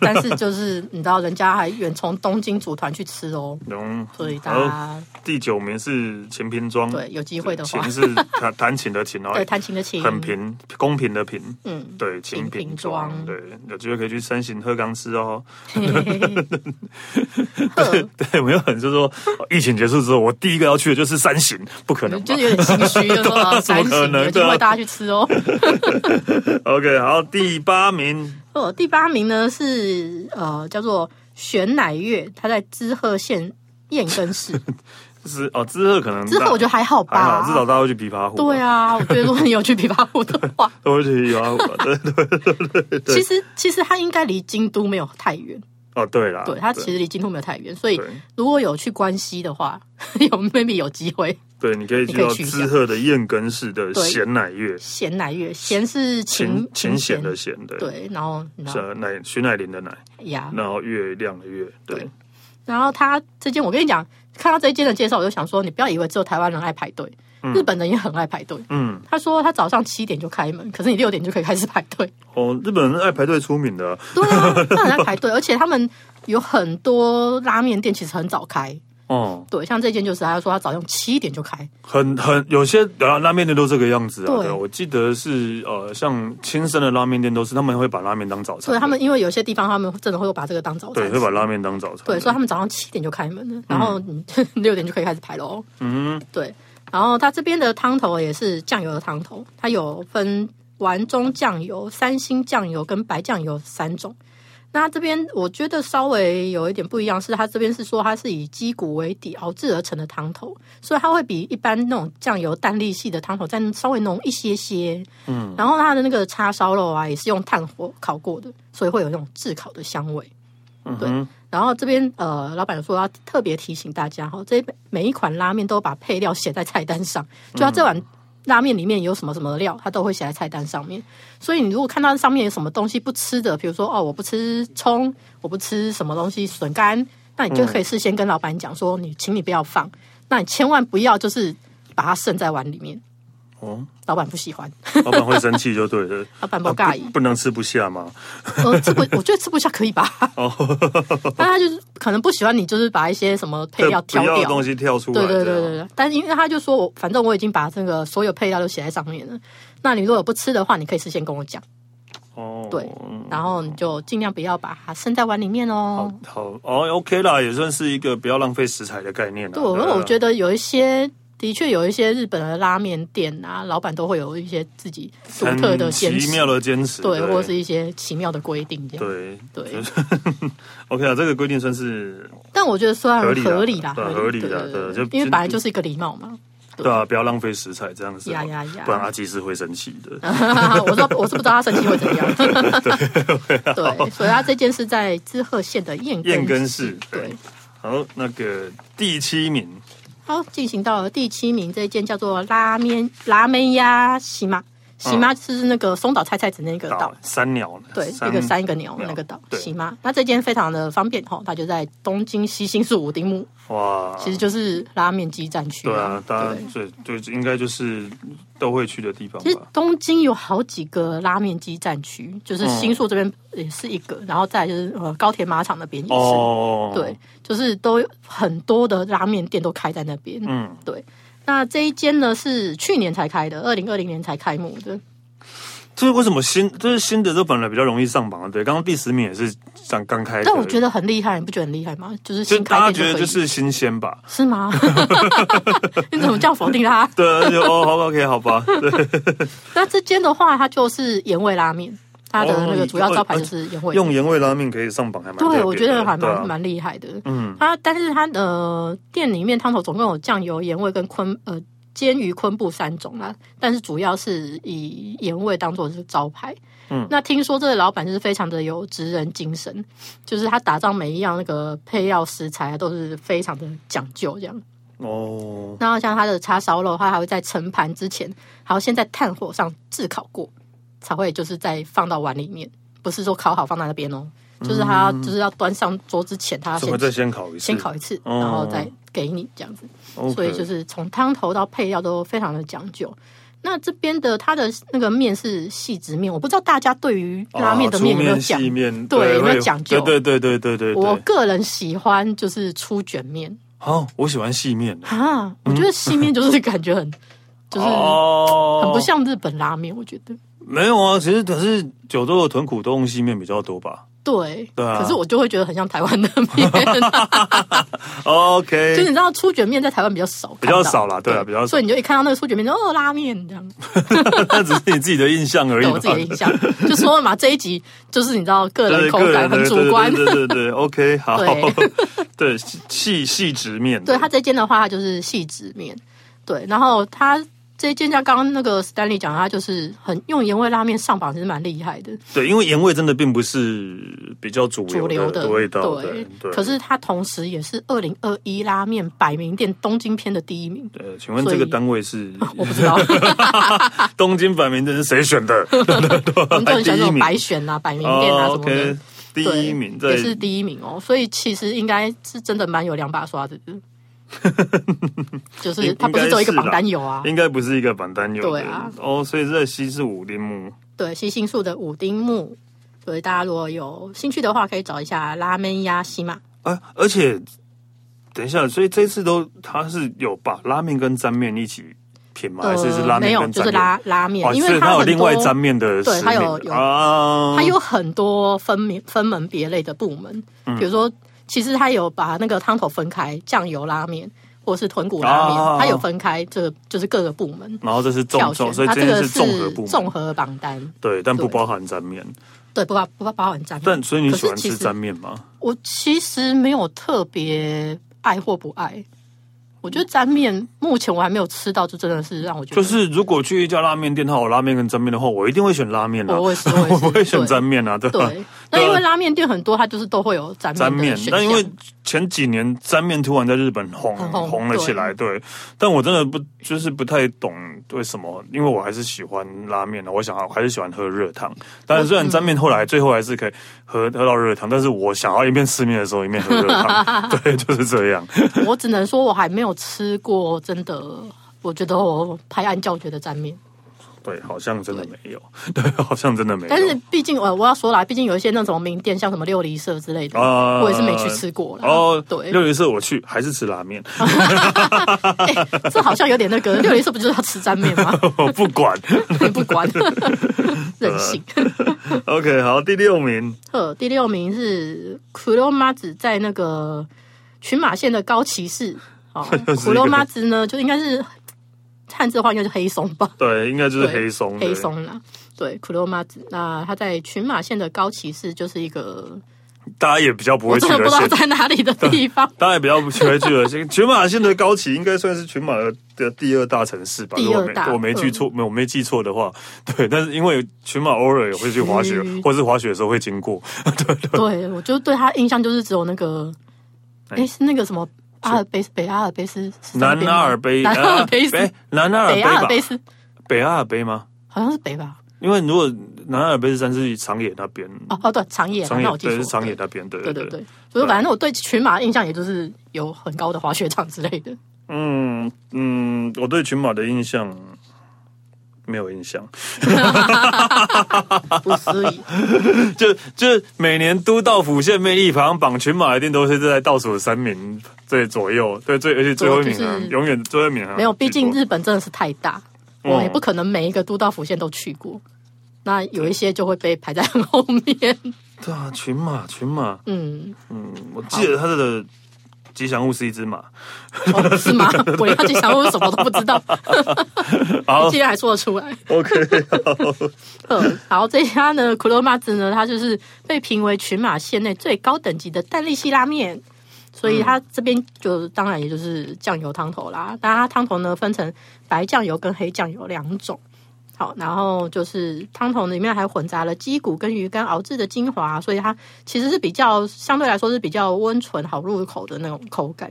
Speaker 2: 但是就是你知道，人家还远从东京组团去吃哦，
Speaker 1: 然后
Speaker 2: 所以大
Speaker 1: 然后
Speaker 2: 家
Speaker 1: 第九名是秦平庄，
Speaker 2: 对有机会的话
Speaker 1: 琴，是 弹弹琴的琴，然后
Speaker 2: 对弹琴的琴，
Speaker 1: 很 平，公平的平，
Speaker 2: 嗯，
Speaker 1: 对，秦平庄，
Speaker 2: 秦平庄
Speaker 1: 对，有机会可以去三型鹤冈吃哦。
Speaker 2: 嘿嘿嘿呵
Speaker 1: 对，没有很就是说，哦疫情结束之后，我第一个要去的就是三型，不可能吧，
Speaker 2: 就是有点心 虚，就说啊
Speaker 1: 怎么
Speaker 2: 三
Speaker 1: 可
Speaker 2: 型
Speaker 1: 能
Speaker 2: 有机
Speaker 1: 对啊
Speaker 2: 会大家去吃哦。
Speaker 1: OK，好，第八名，
Speaker 2: 哦，第八名呢是呃叫做玄乃月，他在滋贺县彦 根市。
Speaker 1: 是哦，之后可能
Speaker 2: 滋贺我觉得还好
Speaker 1: 还好，
Speaker 2: 吧，
Speaker 1: 至少大家会去琵琶湖，
Speaker 2: 对，啊，我觉得如果你有去琵琶湖的话，
Speaker 1: 都会去琵琶湖，啊对 对
Speaker 2: 其实其实它应该离京都没有太远，
Speaker 1: 哦，对啦，
Speaker 2: 对，它其实离京都没有太远，所以
Speaker 1: 对
Speaker 2: 如果有去关西的话， 有 maybe 有机会。
Speaker 1: 对，你可以去到
Speaker 2: 你可以去一下
Speaker 1: 知鹤的燕根市的
Speaker 2: 对
Speaker 1: 咸奶月，
Speaker 2: 咸乃月，咸是
Speaker 1: 琴
Speaker 2: 琴
Speaker 1: 琴弦的，弦，对，
Speaker 2: 对，然后你知道
Speaker 1: 是啊奶徐乃麟的奶，
Speaker 2: 呀，
Speaker 1: 然后月亮的月，对
Speaker 2: 对，然后它这间我跟你讲，看到这一间的介绍，我就想说，你不要以为只有台湾人爱排队，日本人也很爱排队。
Speaker 1: 嗯，
Speaker 2: 他说他早上七点就开门，可是你六点就可以开始排队。
Speaker 1: 哦，日本人爱排队出名的啊，
Speaker 2: 对啊，他很爱排队，而且他们有很多拉面店其实很早开。
Speaker 1: 哦，
Speaker 2: 对，像这间就是，他说他早上七点就开。
Speaker 1: 很很有些啊拉面店都这个样子啊，
Speaker 2: 对
Speaker 1: 对，我记得是呃，像亲生的拉面店都是他们会把拉面当早餐
Speaker 2: 所以
Speaker 1: 的，
Speaker 2: 他们因为有些地方他们真的会把这个当早餐
Speaker 1: 对
Speaker 2: 吃。
Speaker 1: 会把拉面当早餐的，
Speaker 2: 对，所以他们早上七点就开门了，然后你 六点就可以开始排喽。
Speaker 1: 嗯
Speaker 2: 对，然后它这边的汤头也是酱油的汤头，它有分丸中酱油、三星酱油跟白酱油三种。那这边我觉得稍微有一点不一样，是它这边是说它是以鸡骨为底熬制而成的汤头，所以它会比一般那种酱油淡粒系的汤头再稍微浓一些些。嗯，然后它的那个叉烧肉啊，也是用炭火烤过的，所以会有那种炙烤的香味。
Speaker 1: 嗯
Speaker 2: 对
Speaker 1: 哼
Speaker 2: 然后这边呃，老板说要特别提醒大家哈，这每一款拉面都把配料写在菜单上，
Speaker 1: 嗯
Speaker 2: 就它这碗拉面里面有什么什么料，它都会写在菜单上面。所以你如果看到上面有什么东西不吃的，比如说哦，我不吃葱，我不吃什么东西笋干，那你就可以事先跟老板讲说，你请你不要放，那你千万不要就是把它剩在碗里面，
Speaker 1: 哦，
Speaker 2: 老板不喜欢，
Speaker 1: 老板会生气就对了。
Speaker 2: 老板不尬意
Speaker 1: 不，不能吃哦不下嘛。
Speaker 2: 呃，吃不，我觉得吃不下可以吧，
Speaker 1: 哦，
Speaker 2: 但他就是可能不喜欢你，就是把一些什么配料
Speaker 1: 不
Speaker 2: 挑
Speaker 1: 要的啊
Speaker 2: 掉。
Speaker 1: 东西跳出来。
Speaker 2: 对对对
Speaker 1: 这样
Speaker 2: 对对，但是因为他就说我反正我已经把这个所有配料都写在上面了，那你如果有不吃的话，你可以事先跟我讲，
Speaker 1: 哦，
Speaker 2: 对
Speaker 1: 嗯
Speaker 2: 然后你就尽量不要把它剩在碗里面哦。
Speaker 1: 好哦，OK 啦，也算是一个不要浪费食材的概念啦。啊
Speaker 2: 对，因为我觉
Speaker 1: 得
Speaker 2: 得有一些的确有一些日本的拉面店啊，老板都会有一些自己独特的坚
Speaker 1: 奇
Speaker 2: 持，
Speaker 1: 妙的坚持，
Speaker 2: 对，或者是一些奇妙的规定这样。
Speaker 1: 对
Speaker 2: 对，
Speaker 1: OK 啊，这个规定算是
Speaker 2: 但我觉得虽然
Speaker 1: 合理啦
Speaker 2: 合理啦，
Speaker 1: 对合理啦
Speaker 2: 对对
Speaker 1: 对
Speaker 2: 对
Speaker 1: 就
Speaker 2: 因为本来就是一个礼貌嘛。
Speaker 1: 对啊，不要浪费食材这样子，哦
Speaker 2: 呀呀呀嗯
Speaker 1: 不然阿基是会生气的。
Speaker 2: 我说我是不知道他生气会怎 样。对，所以他这件事在滋贺县的燕
Speaker 1: 燕根
Speaker 2: 市
Speaker 1: 市
Speaker 2: 对。
Speaker 1: 好，那个第七名，
Speaker 2: 好，进行到了第七名这一件叫做拉面拉面鸭西马喜妈是那个松岛菜菜子那个岛
Speaker 1: 啊岛，三鸟呢，
Speaker 2: 对，一个山一个鸟
Speaker 1: 鸟
Speaker 2: 那个岛，
Speaker 1: 对
Speaker 2: 喜妈。那这间非常的方便哦，它就在东京西新宿五丁目，
Speaker 1: 哇，
Speaker 2: 其实就是拉面基站区
Speaker 1: 啊对啊，大家
Speaker 2: 对
Speaker 1: 最最应该就是都会去的地方
Speaker 2: 其实
Speaker 1: 吧。
Speaker 2: 东京有好几个拉面基站区，就是
Speaker 1: 嗯
Speaker 2: 新宿这边也是一个，然后再来就是呃高铁马场那边也是，
Speaker 1: 哦，
Speaker 2: 对，，就是都有很多的拉面店都开在那边。
Speaker 1: 嗯，
Speaker 2: 对，那这一间呢是去年才开的，二零二零年才开幕的。
Speaker 1: 这是为什么新就是新的这本来比较容易上榜啊？对，刚刚第十名也是刚刚开的，
Speaker 2: 但我觉得很厉害，你不觉得很厉害吗？就是
Speaker 1: 就是
Speaker 2: 新
Speaker 1: 大家
Speaker 2: 开
Speaker 1: 觉
Speaker 2: 店
Speaker 1: 得
Speaker 2: 可
Speaker 1: 就
Speaker 2: 以
Speaker 1: 是新鲜吧。
Speaker 2: 是 吗？你怎么这样否定他？
Speaker 1: 对啊，就哦，好吧，OK，好 吧，对，
Speaker 2: 那这间的话，它就是盐味拉面，它的那
Speaker 1: 哦
Speaker 2: 个主要招牌
Speaker 1: 呃
Speaker 2: 就是盐味。
Speaker 1: 用盐味拉面可以上榜，还蛮特别
Speaker 2: 对，
Speaker 1: 的
Speaker 2: 我觉得还
Speaker 1: 对啊
Speaker 2: 蛮蛮厉害的。
Speaker 1: 嗯，
Speaker 2: 它啊但是它的、呃店里面汤头总共有酱油、盐味跟昆呃煎鱼昆布三种啦，但是主要是以盐味当做是招牌。
Speaker 1: 嗯，
Speaker 2: 那听说这个老板就是非常的有职人精神，就是他打造每一样那个配料食材啊都是非常的讲究这样。
Speaker 1: 哦，
Speaker 2: 然后像他的叉烧肉，他还会在盛盘之前，还要先在炭火上炙烤过，才会就是再放到碗里面，不是说烤好放在那边哦，就是他要、就是要端上桌之前，他要
Speaker 1: 怎
Speaker 2: 先
Speaker 1: 嗯么再先烤一次？
Speaker 2: 先烤一次，
Speaker 1: 哦
Speaker 2: 然后再给你这样子。
Speaker 1: OK，
Speaker 2: 所以就是从汤头到配料都非常的讲究。那这边的它的那个面是细直面，我不知道大家对于拉面的
Speaker 1: 啊哦面
Speaker 2: 面有没有讲？
Speaker 1: 细面
Speaker 2: 对有没有
Speaker 1: 会
Speaker 2: 讲究
Speaker 1: 对对对对对对
Speaker 2: 我
Speaker 1: 对。
Speaker 2: 个人喜欢就是粗卷面
Speaker 1: 好，哦我喜欢细面的，
Speaker 2: 啊，我觉得细面就是感觉很就是
Speaker 1: 哦
Speaker 2: 很不像日本拉面，我觉得
Speaker 1: 没有啊，其实可是九州的豚骨都用细面比较多吧。
Speaker 2: 对。
Speaker 1: 对啊
Speaker 2: 可是我就会觉得很像台湾的面， 就是你
Speaker 1: OK，
Speaker 2: 知道粗卷面在台湾比较少，
Speaker 1: 比较少啦对啊比较少
Speaker 2: 所以你就一看到那个粗卷面就哦拉面这样。
Speaker 1: 那只是你自己的印象而已
Speaker 2: 对
Speaker 1: 嘛。
Speaker 2: 我自己的印象，就说了嘛，这一集就是你知道个人
Speaker 1: 对
Speaker 2: 口
Speaker 1: 个
Speaker 2: 感
Speaker 1: 人
Speaker 2: 很
Speaker 1: 的
Speaker 2: 主观。
Speaker 1: 对对对对对，OK，好
Speaker 2: 对，
Speaker 1: 对细细直面，
Speaker 2: 对它这间的话，它就是细直面，对，然后它这间像刚刚那个 Stanley 讲，它就是很用盐味拉面上榜，其实蛮厉害的，
Speaker 1: 对，因为盐味真的并不是比较主
Speaker 2: 主流
Speaker 1: 流的味道，对
Speaker 2: 对，
Speaker 1: 对。
Speaker 2: 可是它同时也是二零二一拉面百名店东京篇的第一名，
Speaker 1: 呃，请问
Speaker 2: 所以
Speaker 1: 这个单位 是
Speaker 2: 我不知道，
Speaker 1: 东京百名店是谁选的？
Speaker 2: 我们都很喜欢 这
Speaker 1: 第一
Speaker 2: 种
Speaker 1: 名
Speaker 2: 白选啊、百名店啊什
Speaker 1: 哦
Speaker 2: 么的
Speaker 1: ，OK，。第
Speaker 2: 对
Speaker 1: 一名
Speaker 2: 也
Speaker 1: 在
Speaker 2: 是第一名哦，所以其实应该是真的蛮有两 把刷子的，就是它不是只有一个榜单有啊，
Speaker 1: 应该不是一个榜单有的
Speaker 2: 对啊
Speaker 1: 哦，所以这西是五丁目
Speaker 2: 对，西新宿的五丁目，所以大家如果有兴趣的话，可以找一下拉面鸭西马。
Speaker 1: 啊，而且等一下，所以这次都它是有把拉面跟沾面一起品吗？还是是拉
Speaker 2: 呃没
Speaker 1: 面
Speaker 2: 有，
Speaker 1: 跟
Speaker 2: 就
Speaker 1: 沾
Speaker 2: 是
Speaker 1: 面？
Speaker 2: 拉拉面，
Speaker 1: 哦，
Speaker 2: 因
Speaker 1: 所
Speaker 2: 为
Speaker 1: 以它有
Speaker 2: 很
Speaker 1: 另
Speaker 2: 多
Speaker 1: 外沾面的食
Speaker 2: 对
Speaker 1: 品，
Speaker 2: 它有有
Speaker 1: 啊，
Speaker 2: 它有很多分门分门别类的部门，
Speaker 1: 嗯
Speaker 2: 比如说，其实它有把那个汤头分开，酱油拉面或是豚骨拉面，
Speaker 1: 哦
Speaker 2: 它有分开，这个就是各个部门。
Speaker 1: 然后这是
Speaker 2: 票
Speaker 1: 综综，，
Speaker 2: 选
Speaker 1: 所以
Speaker 2: 它
Speaker 1: 今
Speaker 2: 这
Speaker 1: 天
Speaker 2: 个
Speaker 1: 是综合部
Speaker 2: 综
Speaker 1: 门，
Speaker 2: 合榜单，
Speaker 1: 对，但不
Speaker 2: 对
Speaker 1: 包含沾面。
Speaker 2: 对，不包不包包含沾面。
Speaker 1: 但所以你喜欢
Speaker 2: 可是其
Speaker 1: 吃
Speaker 2: 实
Speaker 1: 沾面吗？
Speaker 2: 我其实没有特别爱或不爱，我觉得沾面目前我还没有吃到，就真的是让我觉
Speaker 1: 就
Speaker 2: 得
Speaker 1: 是如果去一家拉面店，它有拉面跟沾面的话，我一定会选拉面啊，
Speaker 2: 我我也是我也是
Speaker 1: 我不会选
Speaker 2: 对
Speaker 1: 沾面啊，对吧？
Speaker 2: 对。 那因为拉面店很多，它就是都会有沾
Speaker 1: 沾
Speaker 2: 面
Speaker 1: 面
Speaker 2: 的选，项。
Speaker 1: 但因为前几年沾面突然在日本红
Speaker 2: 很红
Speaker 1: 了起来，对。但我真的不就是不太懂为什么，因为我还是喜欢拉面的，啊我想要还是喜欢喝热汤。但是虽然
Speaker 2: 嗯
Speaker 1: 沾面后来最后还是可以喝喝到热汤，但是我想要一边吃面的时候一边喝热 汤，对，就是这样。
Speaker 2: 我只能说我还没有吃过真的，我觉得我拍案叫绝的沾面。
Speaker 1: 对，好像真的没有，对，好像真的没有。
Speaker 2: 但是毕竟呃我我要说啦，毕竟有一些那种名店，像什么六厘社之类的，
Speaker 1: 啊
Speaker 2: 我也是没去吃过啦。
Speaker 1: 哦，
Speaker 2: 对，
Speaker 1: 六零四我去还是吃拉面，
Speaker 2: 哎这好像有点那个六厘社不就是要吃沾面 吗？
Speaker 1: 我不管。
Speaker 2: 你不 管，任性。
Speaker 1: OK，好，第六名，
Speaker 2: 呃，第六名是苦肉妈子在那个群马县的高崎市。哦
Speaker 1: 又，是一
Speaker 2: 苦
Speaker 1: 个
Speaker 2: 肉妈子呢，就应该是汉字的话，应该是黑松吧？
Speaker 1: 对，应该就是
Speaker 2: 对
Speaker 1: 黑松，
Speaker 2: 黑
Speaker 1: 对
Speaker 2: 松啦，对，苦肉妈子。那它在群马县的高崎市，就是一个
Speaker 1: 大家也比较不
Speaker 2: 我
Speaker 1: 会去
Speaker 2: 真的不
Speaker 1: 的
Speaker 2: 知道
Speaker 1: 县。
Speaker 2: 在哪里的地方。
Speaker 1: 当然比较不缺去了。 群群马县的高崎应该算是群马的第二大城市吧，
Speaker 2: 第二大嗯
Speaker 1: 如果没我没记错，没、有我没记错的话， 对。但是因为群马偶尔也会去滑雪
Speaker 2: 去，
Speaker 1: 或是滑雪的时候会经过，对 对
Speaker 2: 对，我就对他印象就是只有那个，
Speaker 1: 哎
Speaker 2: 哎，是那个什么阿尔卑斯，北阿尔卑斯，是在那
Speaker 1: 南
Speaker 2: 边吗
Speaker 1: 阿尔卑，
Speaker 2: 南阿尔卑斯
Speaker 1: 呃，北南阿尔
Speaker 2: 北阿尔
Speaker 1: 卑
Speaker 2: 卑
Speaker 1: 吧，
Speaker 2: 斯，
Speaker 1: 北阿尔卑吗？
Speaker 2: 好像是北吧？
Speaker 1: 因为如果南阿尔卑斯山是长野那边，
Speaker 2: 哦哦，对，长野，
Speaker 1: 长野
Speaker 2: 那我记
Speaker 1: 对
Speaker 2: 错
Speaker 1: 是
Speaker 2: 了，
Speaker 1: 长野那边，对
Speaker 2: 对
Speaker 1: 对
Speaker 2: 对对，所以反正我对群马的印象也就是有很高的滑雪场之类的。
Speaker 1: 嗯嗯，我对群马的印象没有印象，
Speaker 2: 不思议，
Speaker 1: 就就是每年都道府县魅力排行榜，群马一定都是在倒数三名最左右，对最而且最后一名啊，
Speaker 2: 就是
Speaker 1: 永远最后一名啊，
Speaker 2: 没有，毕竟
Speaker 1: 最多
Speaker 2: 日本真的是太大，
Speaker 1: 嗯
Speaker 2: 我也不可能每一个都道府县都去过。那有一些就会被排在很后面。
Speaker 1: 对啊，群马群马，
Speaker 2: 嗯，
Speaker 1: 嗯，我记得它的吉祥物是一只马，
Speaker 2: 哦、是吗？我连他吉祥物是什么都不知道，
Speaker 1: 好
Speaker 2: 竟然还说得出来。
Speaker 1: ，OK，
Speaker 2: 嗯，然后这家呢，库洛马子呢，它就是被评为群马县内最高等级的蛋力系拉面，所以它这边就当然也就是酱油汤头啦。那它汤头呢分成白酱油跟黑酱油两种。好，然后就是汤头里面还混杂了鸡骨跟鱼干熬制的精华，所以它其实是比较相对来说是比较温醇好入口的那种口感。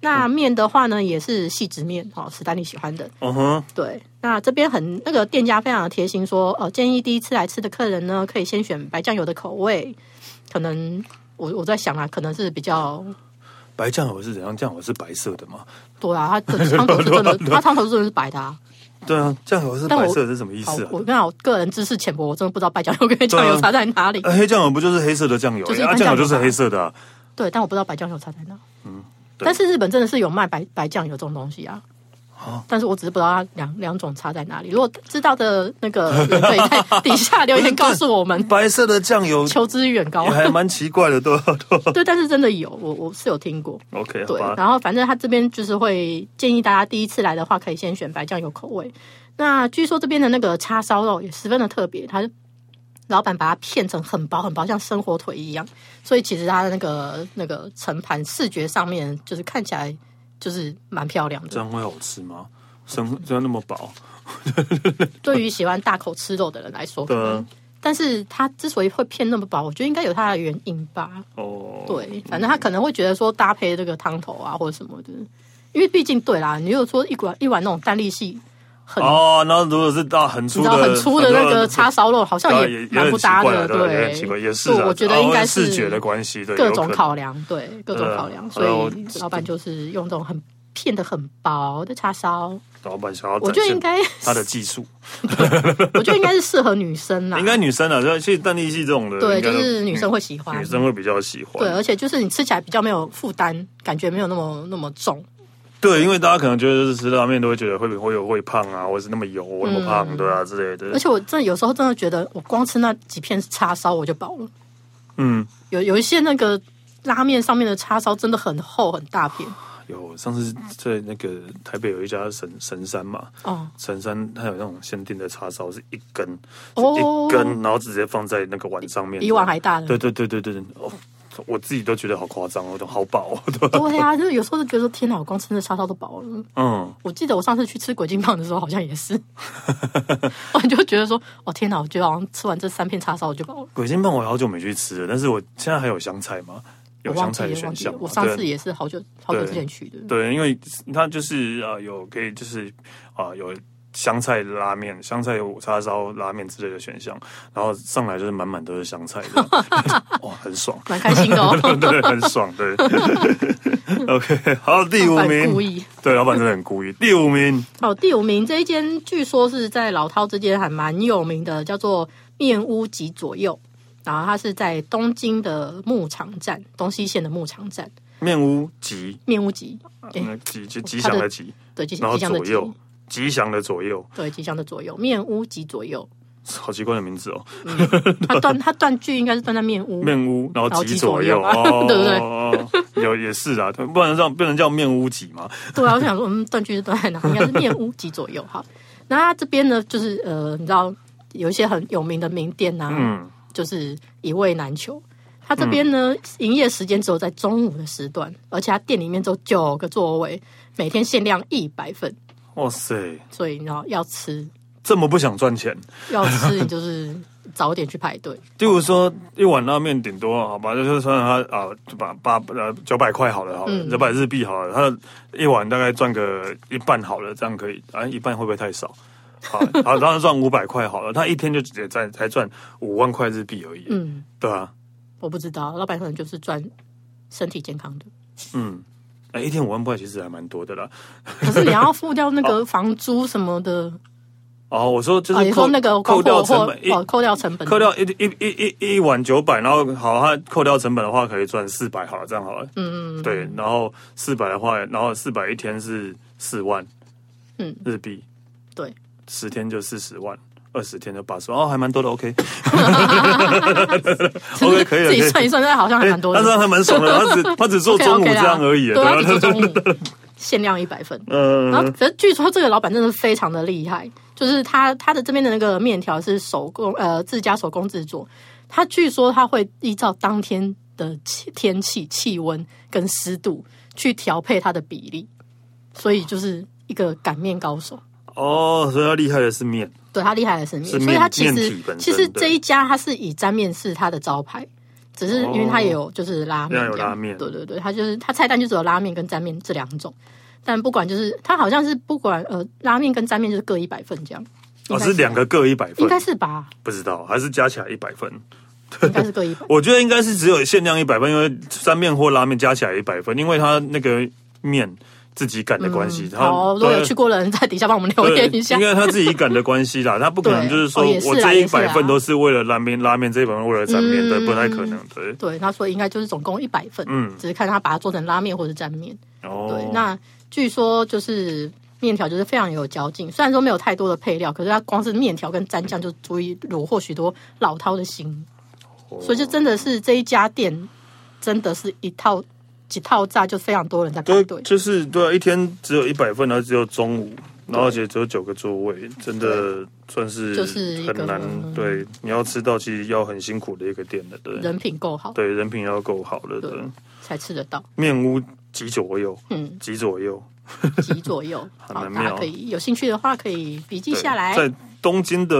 Speaker 2: 那面的话呢，也是细直面哦，史丹利喜欢的。
Speaker 1: 嗯哼，
Speaker 2: 对，那这边很那个店家非常的贴心说，呃，建议第一次来吃的客人呢，可以先选白酱油的口味，可能我我在想啊，可能是比较
Speaker 1: 白酱油是怎样？酱油是白色的吗？
Speaker 2: 多啦，它的汤头是真 的，它汤头是真的是白的啊。
Speaker 1: 对啊，酱油是
Speaker 2: 但
Speaker 1: 白
Speaker 2: 我
Speaker 1: 色的是什么意
Speaker 2: 好
Speaker 1: 思，啊？
Speaker 2: 我跟你讲，我个人知识浅薄，我真的不知道白酱油跟酱油差在哪里。
Speaker 1: 呃黑酱油不就是黑色的酱油？
Speaker 2: 就是一
Speaker 1: 啊，
Speaker 2: 般
Speaker 1: 酱油
Speaker 2: 酱油
Speaker 1: 就是
Speaker 2: 吧
Speaker 1: 黑色的啊。
Speaker 2: 对，但我不知道白酱油差在哪。嗯，
Speaker 1: 对，
Speaker 2: 但是日本真的是有卖白白酱油这种东西啊。但是我只是不知道它两两种差在哪里。如果知道的那个人可以在 底下留言告 诉我们
Speaker 1: 白色的酱油
Speaker 2: 求知欲很高
Speaker 1: 也。还蛮奇怪的，对吧？对吧
Speaker 2: 啊对，但是真的有，我我是有听过。
Speaker 1: OK，好
Speaker 2: 对，
Speaker 1: 吧，
Speaker 2: 然后反正他这边就是会建议大家第一次来的话，可以先选白酱油口味。那据说这边的那个叉烧哦肉也十分的特别，它老板把它片成很薄很薄，像生火腿一样，所以其实它的那个那个盛盘视觉上面就是看起来就是蛮漂亮
Speaker 1: 这
Speaker 2: 的。
Speaker 1: 样会好吃吗？生这样那么薄，
Speaker 2: 对于喜欢大口吃肉的人来说，
Speaker 1: 对
Speaker 2: 可能
Speaker 1: 啊，
Speaker 2: 但是它之所以会片那么薄，我觉得应该有它的原因吧。
Speaker 1: 哦，
Speaker 2: 对，反正他可能会觉得说搭配这个汤头啊或者什么的，因为毕竟对啦，你如果说一碗一碗那种蛋力系很。
Speaker 1: 哦，那如果是到很
Speaker 2: 你
Speaker 1: 粗
Speaker 2: 知
Speaker 1: 的、
Speaker 2: 道很粗的那个叉烧肉，好像
Speaker 1: 对，
Speaker 2: 也
Speaker 1: 也
Speaker 2: 蛮
Speaker 1: 很
Speaker 2: 不
Speaker 1: 奇
Speaker 2: 搭
Speaker 1: 怪啊
Speaker 2: 的，
Speaker 1: 对吧，也很奇怪，也是啊。
Speaker 2: 就我觉得应该
Speaker 1: 哦
Speaker 2: 是
Speaker 1: 视觉的关系，对，
Speaker 2: 各
Speaker 1: 有
Speaker 2: 种
Speaker 1: 可能
Speaker 2: 考量，对各种
Speaker 1: 对啊
Speaker 2: 考量，所
Speaker 1: 对啊我
Speaker 2: 以老板就是用这种很片的很薄的叉烧，
Speaker 1: 老板想要
Speaker 2: 我
Speaker 1: 展
Speaker 2: 觉得应
Speaker 1: 现
Speaker 2: 该，
Speaker 1: 他的技术，
Speaker 2: 我觉得应该是适合女生啦，
Speaker 1: 应该女生啊，就其实蛋力系这种的，
Speaker 2: 对，
Speaker 1: 应该
Speaker 2: 就
Speaker 1: 都
Speaker 2: 是女生会喜欢
Speaker 1: 女，生会比较喜欢，
Speaker 2: 对，而且就是你吃起来比较没有负担，感觉没有那么那么重，
Speaker 1: 对，因为大家可能觉得就是吃拉面都会觉得会不会有会胖啊，或者是那么油，那么胖，对啊之类
Speaker 2: 嗯而
Speaker 1: 的。
Speaker 2: 且我真的有时候真的觉得，我光吃那几片叉烧我就饱了。
Speaker 1: 嗯，
Speaker 2: 有有一些那个拉面上面的叉烧真的很厚很大片
Speaker 1: 有上次在那个台北有一家神神山嘛，
Speaker 2: 哦，
Speaker 1: 神山它有那种限定的叉烧，是一根，是
Speaker 2: 哦
Speaker 1: 一根，然后直接放在那个碗上面，
Speaker 2: 比碗还大呢。
Speaker 1: 对对对对对对，哦，我自己都觉得好夸张哦，我都好饱哦，对吧？
Speaker 2: 对啊，就是有时候就觉得天哪，我光吃那叉烧都饱了。
Speaker 1: 嗯，
Speaker 2: 我记得我上次去吃鬼金棒的时候，好像也 是，我就觉得说，哦天哪，我觉得好像吃完这三片叉烧我就饱了。
Speaker 1: 鬼金棒我好久没去吃了，但是我现在还有香菜吗？
Speaker 2: 我
Speaker 1: 有
Speaker 2: 忘
Speaker 1: 香菜的
Speaker 2: 记了，忘
Speaker 1: 选
Speaker 2: 记
Speaker 1: 项
Speaker 2: 了
Speaker 1: 吗。。
Speaker 2: 我上次
Speaker 1: 对
Speaker 2: 也是好久好久
Speaker 1: 对
Speaker 2: 之前去的。
Speaker 1: 对，因为它就是啊、呃有可以就是啊、有香菜拉面、香菜叉烧拉面之类的选项，然后上来就是满满都是香菜的， 哇，很爽，
Speaker 2: 蛮开心 的哦，
Speaker 1: 对，很爽，对。OK，好，第五
Speaker 2: 老板故
Speaker 1: 名，
Speaker 2: 意。
Speaker 1: 对，老板真的很故意。第五名，
Speaker 2: 哦，第五名这一间据说是在老饕之间还蛮有名的，叫做面屋集左右。然后它是在东京的牧场站，东西线的牧场站，
Speaker 1: 面屋吉，
Speaker 2: 面屋集，诶
Speaker 1: 那吉吉吉祥的吉，
Speaker 2: 对，吉
Speaker 1: 然后
Speaker 2: 吉祥的
Speaker 1: 左
Speaker 2: 吉，
Speaker 1: 右，吉祥的左右，
Speaker 2: 对，吉祥的左右，面屋集 左右。
Speaker 1: 好奇怪的名字哦。
Speaker 2: 它断它断句应该是断在面屋，
Speaker 1: 面屋，然后
Speaker 2: 后
Speaker 1: 吉
Speaker 2: 吉
Speaker 1: 左
Speaker 2: 左
Speaker 1: 右，
Speaker 2: 右啊
Speaker 1: 哦
Speaker 2: 对不对
Speaker 1: 哦哦哦有也是啦，不然让不能叫面屋吉嘛。
Speaker 2: 对啊，我想说，嗯，断句是断在哪？应该是面屋及左右哈。那它这边呢，就是呃，你知道有一些很有名的名店啊呐、
Speaker 1: 嗯，
Speaker 2: 就是一味难求。它这边呢，营业时间只有在中午的时段，而且它店里面只有九个座位，每天限量一百份，
Speaker 1: 哇塞，
Speaker 2: 所以你要要 吃
Speaker 1: 这么不想赚钱。
Speaker 2: 要吃，你就是早点去排队。
Speaker 1: 例如说一碗拉面顶多好吧，就是算他啊，就把八呃九百块好了，好了，
Speaker 2: 嗯
Speaker 1: 九百、日币好了，他一碗大概赚个一半好了，这样可以啊，一半会不会太少？啊，好，当然赚五百块好了，他一天就只赚才赚五万块日币而已，
Speaker 2: 嗯，
Speaker 1: 对啊，
Speaker 2: 我不知道，老板可能就是赚身体健康的，
Speaker 1: 嗯，哎，一天五万块其实还蛮多的啦。
Speaker 2: 可是你要付掉那个房租什么的，
Speaker 1: 哦，我 说就
Speaker 2: 啊，
Speaker 1: 是
Speaker 2: 你说
Speaker 1: 扣
Speaker 2: 那个
Speaker 1: 扣掉成本，一
Speaker 2: 哦，扣掉成本，
Speaker 1: 扣掉一一一一一碗九百，然后好，他扣掉成本的话可以赚四百，好了，这样好了，
Speaker 2: 嗯，嗯，嗯
Speaker 1: 对，然后四百的话，然后四百一天是四万，
Speaker 2: 嗯，
Speaker 1: 日币，
Speaker 2: 对，
Speaker 1: 十天就四十万，二十天就八十万，哦，还蛮多的，OK，OK，、OK，可以了，可
Speaker 2: 自
Speaker 1: 以哎
Speaker 2: 己
Speaker 1: 了。
Speaker 2: 算一算，那好像还蛮多
Speaker 1: 但是
Speaker 2: 的，
Speaker 1: 还蛮爽的，他只 他只做
Speaker 2: OK，
Speaker 1: 中午
Speaker 2: OK
Speaker 1: 这
Speaker 2: 啦
Speaker 1: 样而已，
Speaker 2: 对啊，
Speaker 1: 吧
Speaker 2: 只做 中午限量一百份。
Speaker 1: 嗯
Speaker 2: 然后，可是据说这个老板真的非常的厉害，就是他他的这边的那个面条是手工呃自家手工制作，他据说他会依照当天的气天气、气温跟湿度去调配它的比例，所以就是一个擀面高手。
Speaker 1: 哦，所以他厉害的是面，
Speaker 2: 对他厉害的是面，
Speaker 1: 是面
Speaker 2: 所以他其
Speaker 1: 面
Speaker 2: 实
Speaker 1: 体本身
Speaker 2: 其实
Speaker 1: 对
Speaker 2: 这一家他是以沾面是他的招牌，只是因为他也有就是拉面
Speaker 1: 哦对啊
Speaker 2: 这
Speaker 1: 有
Speaker 2: 样，
Speaker 1: 拉面
Speaker 2: 对对对，他就是他菜单就只有拉面跟沾面这两种，但不管就是他好像是不管呃拉面跟沾面就是各一百份这样，
Speaker 1: 哦，
Speaker 2: 应该
Speaker 1: 是两个各一百
Speaker 2: 应
Speaker 1: 分，
Speaker 2: 该是 吧，
Speaker 1: 不知道还是加起来一百分。，
Speaker 2: 应该是各一百
Speaker 1: 我觉得应该是只有限量一百分，因为三面或拉面加起来一百分，因为它那个面自己擀的关系，它
Speaker 2: 嗯好，如果有去过的人在底下帮我们留言一下
Speaker 1: 应，该他自己擀的关系啦，他不可能就是说
Speaker 2: 对哦也是啦
Speaker 1: 我这一
Speaker 2: 也是啦
Speaker 1: 百份都是为了拉面，拉面这一百份为了沾面，
Speaker 2: 嗯
Speaker 1: 对，不太可能，对。
Speaker 2: 对，他说应该就是总共一百份，
Speaker 1: 嗯
Speaker 2: 只是看他把它做成拉面或者沾面。
Speaker 1: 哦，
Speaker 2: 对，那据说就是面条就是非常有嚼劲，虽然说没有太多的配料，可是它光是面条跟蘸酱就足以虏获许多老饕的心，
Speaker 1: 哦
Speaker 2: 所以就真的是这一家店真的是一套几套炸，就非常多人在排
Speaker 1: 对，
Speaker 2: 队。
Speaker 1: 就是对啊，一天只有一百份，然后只有中午，然后而且只有九个座位，真的算是
Speaker 2: 就是一个嗯
Speaker 1: 很难。对，你要吃到其实要很辛苦的一个店的，对，
Speaker 2: 人品够好
Speaker 1: 对，人品要够好的，对
Speaker 2: 对，才吃得到，
Speaker 1: 面屋几左右，
Speaker 2: 嗯，
Speaker 1: 几左右，
Speaker 2: 及左右。好，
Speaker 1: 蛮
Speaker 2: 大家
Speaker 1: 妙
Speaker 2: 可以有兴趣的话可以笔记
Speaker 1: 对
Speaker 2: 下来。
Speaker 1: 在东京的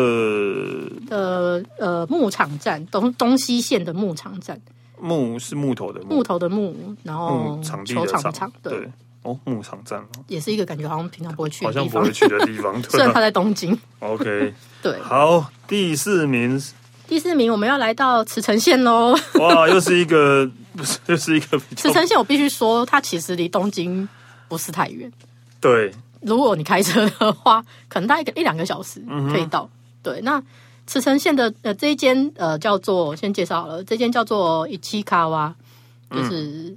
Speaker 2: 呃呃，牧场站东东西线的牧场站，
Speaker 1: 木是木头的
Speaker 2: 木
Speaker 1: 木，
Speaker 2: 头的木，然后
Speaker 1: 木嗯场地
Speaker 2: 球
Speaker 1: 的
Speaker 2: 场的
Speaker 1: 场
Speaker 2: 场，，对，，
Speaker 1: 哦，牧场站哦
Speaker 2: 也是一个感觉好像平常不会去
Speaker 1: 好
Speaker 2: 的
Speaker 1: 像
Speaker 2: 地
Speaker 1: 不
Speaker 2: 方
Speaker 1: 会。去的地方，
Speaker 2: 虽
Speaker 1: 对
Speaker 2: 然
Speaker 1: 吧
Speaker 2: 他在东京。
Speaker 1: ？OK，
Speaker 2: 对，
Speaker 1: 好，第四名
Speaker 2: 第四名我们要来到茨城县喽。
Speaker 1: 哇，又是一个， 不是，又是一个比较
Speaker 2: 茨城县我必须说，它其实离东京不是太远。
Speaker 1: 对，
Speaker 2: 如果你开车的话，可能大概一个一两个小时可以到。对，那茨城县的呃这一间呃叫做先介绍好了，这间叫做伊七卡哇，嗯就是、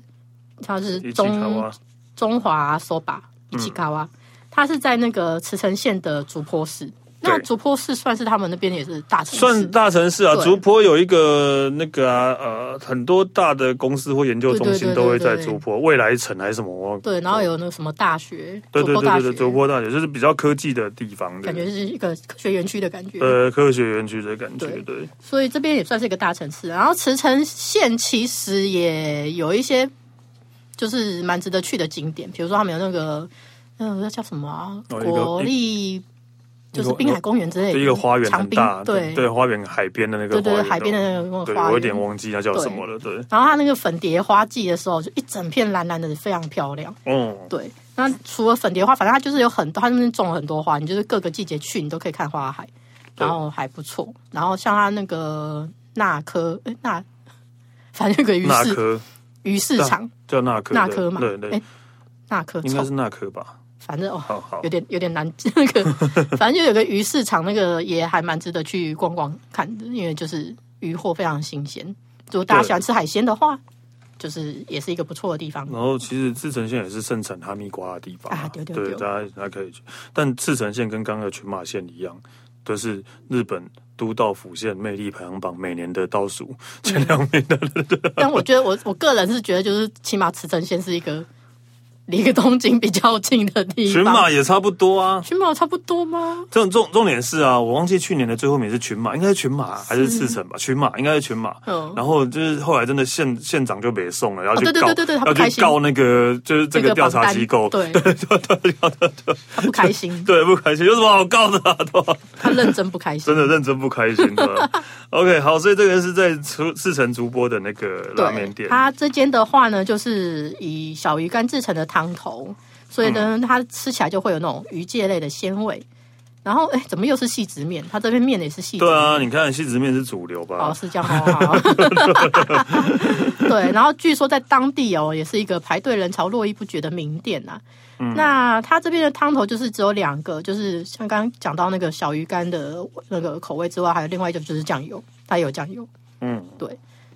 Speaker 2: 它是
Speaker 1: 一起看
Speaker 2: 中
Speaker 1: 哇，
Speaker 2: 中华 soba 伊七卡哇，它是在那个茨城县的竹坡市。那
Speaker 1: 对
Speaker 2: 竹坡市算是他们那边也是大城市，
Speaker 1: 算大城市啊，
Speaker 2: 对
Speaker 1: 竹坡有一个那个啊，呃，很多大的公司或研究中心
Speaker 2: 对对对
Speaker 1: 都会在
Speaker 2: 对对
Speaker 1: 竹坡，未来城还是什么？我忘
Speaker 2: 对，然后有那个什么大学，
Speaker 1: 嗯对对
Speaker 2: 国
Speaker 1: 对
Speaker 2: 大
Speaker 1: 对
Speaker 2: 学
Speaker 1: 对，，竹坡大学就是比较科技的地方，
Speaker 2: 感觉是一个科学园区的感觉。
Speaker 1: 呃科学园区的感觉，
Speaker 2: 对
Speaker 1: 对，
Speaker 2: 所以这边也算是一个大城市。然后茨城县其实也有一些就是蛮值得去的景点，比如说他们有那个嗯，那叫什么啊？
Speaker 1: 哦一个
Speaker 2: 国立就是滨海公园之类
Speaker 1: 就
Speaker 2: 的，
Speaker 1: 一个花园
Speaker 2: 长
Speaker 1: 很
Speaker 2: 滨
Speaker 1: 大，
Speaker 2: 对
Speaker 1: 对，花园海边的那个
Speaker 2: 对
Speaker 1: 花
Speaker 2: 对对
Speaker 1: 园，
Speaker 2: 海边的那个
Speaker 1: 对，
Speaker 2: 花
Speaker 1: 我有点
Speaker 2: 园。
Speaker 1: 忘记它叫什么了，对，
Speaker 2: 然后它那个粉蝶花季的时候，就一整片蓝蓝的，非常漂亮。
Speaker 1: 嗯，
Speaker 2: 对，那除了粉蝶花，反正它就是有很多，它那边种了很多花，你就是各个季节去，你都可以看花海，
Speaker 1: 对
Speaker 2: 然后还不错。然后像它那个纳科，呃诶纳，反正有个鱼
Speaker 1: 纳
Speaker 2: 市
Speaker 1: 科
Speaker 2: 鱼市场，
Speaker 1: 叫纳科，
Speaker 2: 纳科嘛，哎
Speaker 1: 对对
Speaker 2: 诶，，纳科，
Speaker 1: 应该
Speaker 2: 臭
Speaker 1: 是纳科吧，
Speaker 2: 反正哦，
Speaker 1: 好好
Speaker 2: 有。点有点 难，那个反正就有个鱼市场，那个也还蛮值得去逛逛看的，因为就是鱼货非常新鲜。如果大家
Speaker 1: 对
Speaker 2: 喜欢吃海鲜的话，就是也是一个不错的地方。
Speaker 1: 然后其实赤城县也是盛产哈密瓜的地方
Speaker 2: 啊对对对
Speaker 1: 大家大家可以去。但赤城县跟刚刚的群马县一样，都是日本都道府县魅力排行榜每年的倒数前两
Speaker 2: 嗯
Speaker 1: 名的。
Speaker 2: 但我觉得我我个人是觉得，就是起码茨城县是一个离个东京比较近的地方。
Speaker 1: 群马也差不多啊。
Speaker 2: 群马差不多吗？
Speaker 1: 这种重重点是啊，我忘记去年的最后名是群马，应该是群马还是赤城吧？群马应该是群马。
Speaker 2: 嗯
Speaker 1: 然后就是后来真的县县长就北送了，然后去告，
Speaker 2: 哦对对对对对他不
Speaker 1: 要
Speaker 2: 开
Speaker 1: 去
Speaker 2: 心
Speaker 1: 告那个就是这个调
Speaker 2: 榜
Speaker 1: 查
Speaker 2: 单
Speaker 1: 机构，
Speaker 2: 对他不开心，
Speaker 1: 对不开心，有什么好告的啊？对吧？
Speaker 2: 他认真不开心
Speaker 1: 真。的认真不开心 的。OK，好，所以这个是在出四城竹播的那个拉面
Speaker 2: 对，
Speaker 1: 店，
Speaker 2: 它这间的话呢，就是以小鱼
Speaker 1: 嗯
Speaker 2: 干制成的汤头，所以呢，它吃起来就会有那种鱼介类的鲜味。然后哎，怎么又是细直面？他这边面也是细直
Speaker 1: 对
Speaker 2: 面。
Speaker 1: 啊，你看细直面是主流吧
Speaker 2: 哦，？是这样哦，好好 对，然后据说在当地哦，也是一个排队人潮络绎不绝的名店呐、那它这边的汤头就是只有两个，就是像刚刚讲到那个小鱼干的那个口味之外，还有另外一种就是酱油，它也有酱油，
Speaker 1: 嗯，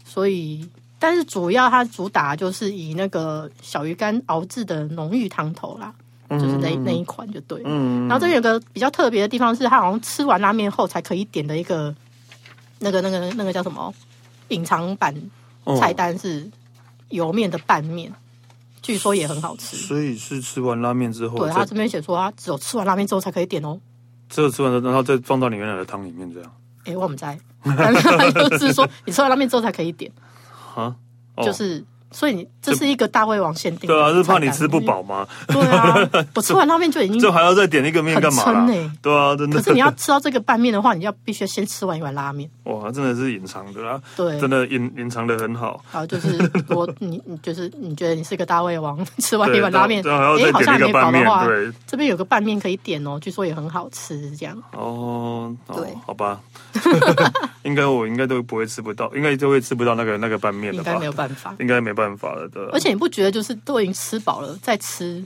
Speaker 2: 所以但是主要它主打就是以那个小鱼干熬制的浓郁汤头啦，就是那一那一款就对了。
Speaker 1: 嗯，
Speaker 2: 然后这边有个比较特别的地方是，它好像吃完拉面后才可以点的一个那个那个那个叫什么
Speaker 1: 嗯
Speaker 2: 隐藏版
Speaker 1: 哦
Speaker 2: 菜单是油面的拌面，据说也很好吃。
Speaker 1: 所以是吃完拉面之后，
Speaker 2: 对，
Speaker 1: 再
Speaker 2: 他这边写说，他啊只有吃完拉面之后才可以点哦。
Speaker 1: 只有吃完，然后再放到你原来的汤里面这样
Speaker 2: 诶，我们 在， 但是他就是说你吃完拉面之后才可以点，
Speaker 1: 啊？哦
Speaker 2: 就是。所以你这是一个大胃王限定，
Speaker 1: 对啊，是怕你吃不。饱吗？
Speaker 2: 对啊，我吃完拉面就已 经
Speaker 1: 就还要再点一个面干嘛啦
Speaker 2: 很撑欸？
Speaker 1: 对啊，真的
Speaker 2: 可。是你要吃到这个拌面的话，你要必须先吃完一碗拉面。
Speaker 1: 哇，真的是隐藏的啦，
Speaker 2: 对，
Speaker 1: 真的隐隐藏的很好。
Speaker 2: 好，啊就是我你你就是你觉得你是个大胃王， 吃完
Speaker 1: 对
Speaker 2: 一碗拉面，
Speaker 1: 然后还
Speaker 2: 诶
Speaker 1: 要
Speaker 2: 好
Speaker 1: 再
Speaker 2: 像
Speaker 1: 点
Speaker 2: 也
Speaker 1: 一个
Speaker 2: 没饱
Speaker 1: 拌
Speaker 2: 的
Speaker 1: 面，
Speaker 2: 话，
Speaker 1: 对，
Speaker 2: 这边有个拌面可以点哦，据说也很好吃，这样
Speaker 1: 哦，哦
Speaker 2: 对
Speaker 1: 好吧， 应该我应该都不会吃不到，应该都会吃不到那个那个拌面
Speaker 2: 应
Speaker 1: 的
Speaker 2: 该
Speaker 1: 吧
Speaker 2: 没？有办法。
Speaker 1: 应该没办法了，对啊。
Speaker 2: 而且你不觉得就是都已经吃饱了再吃，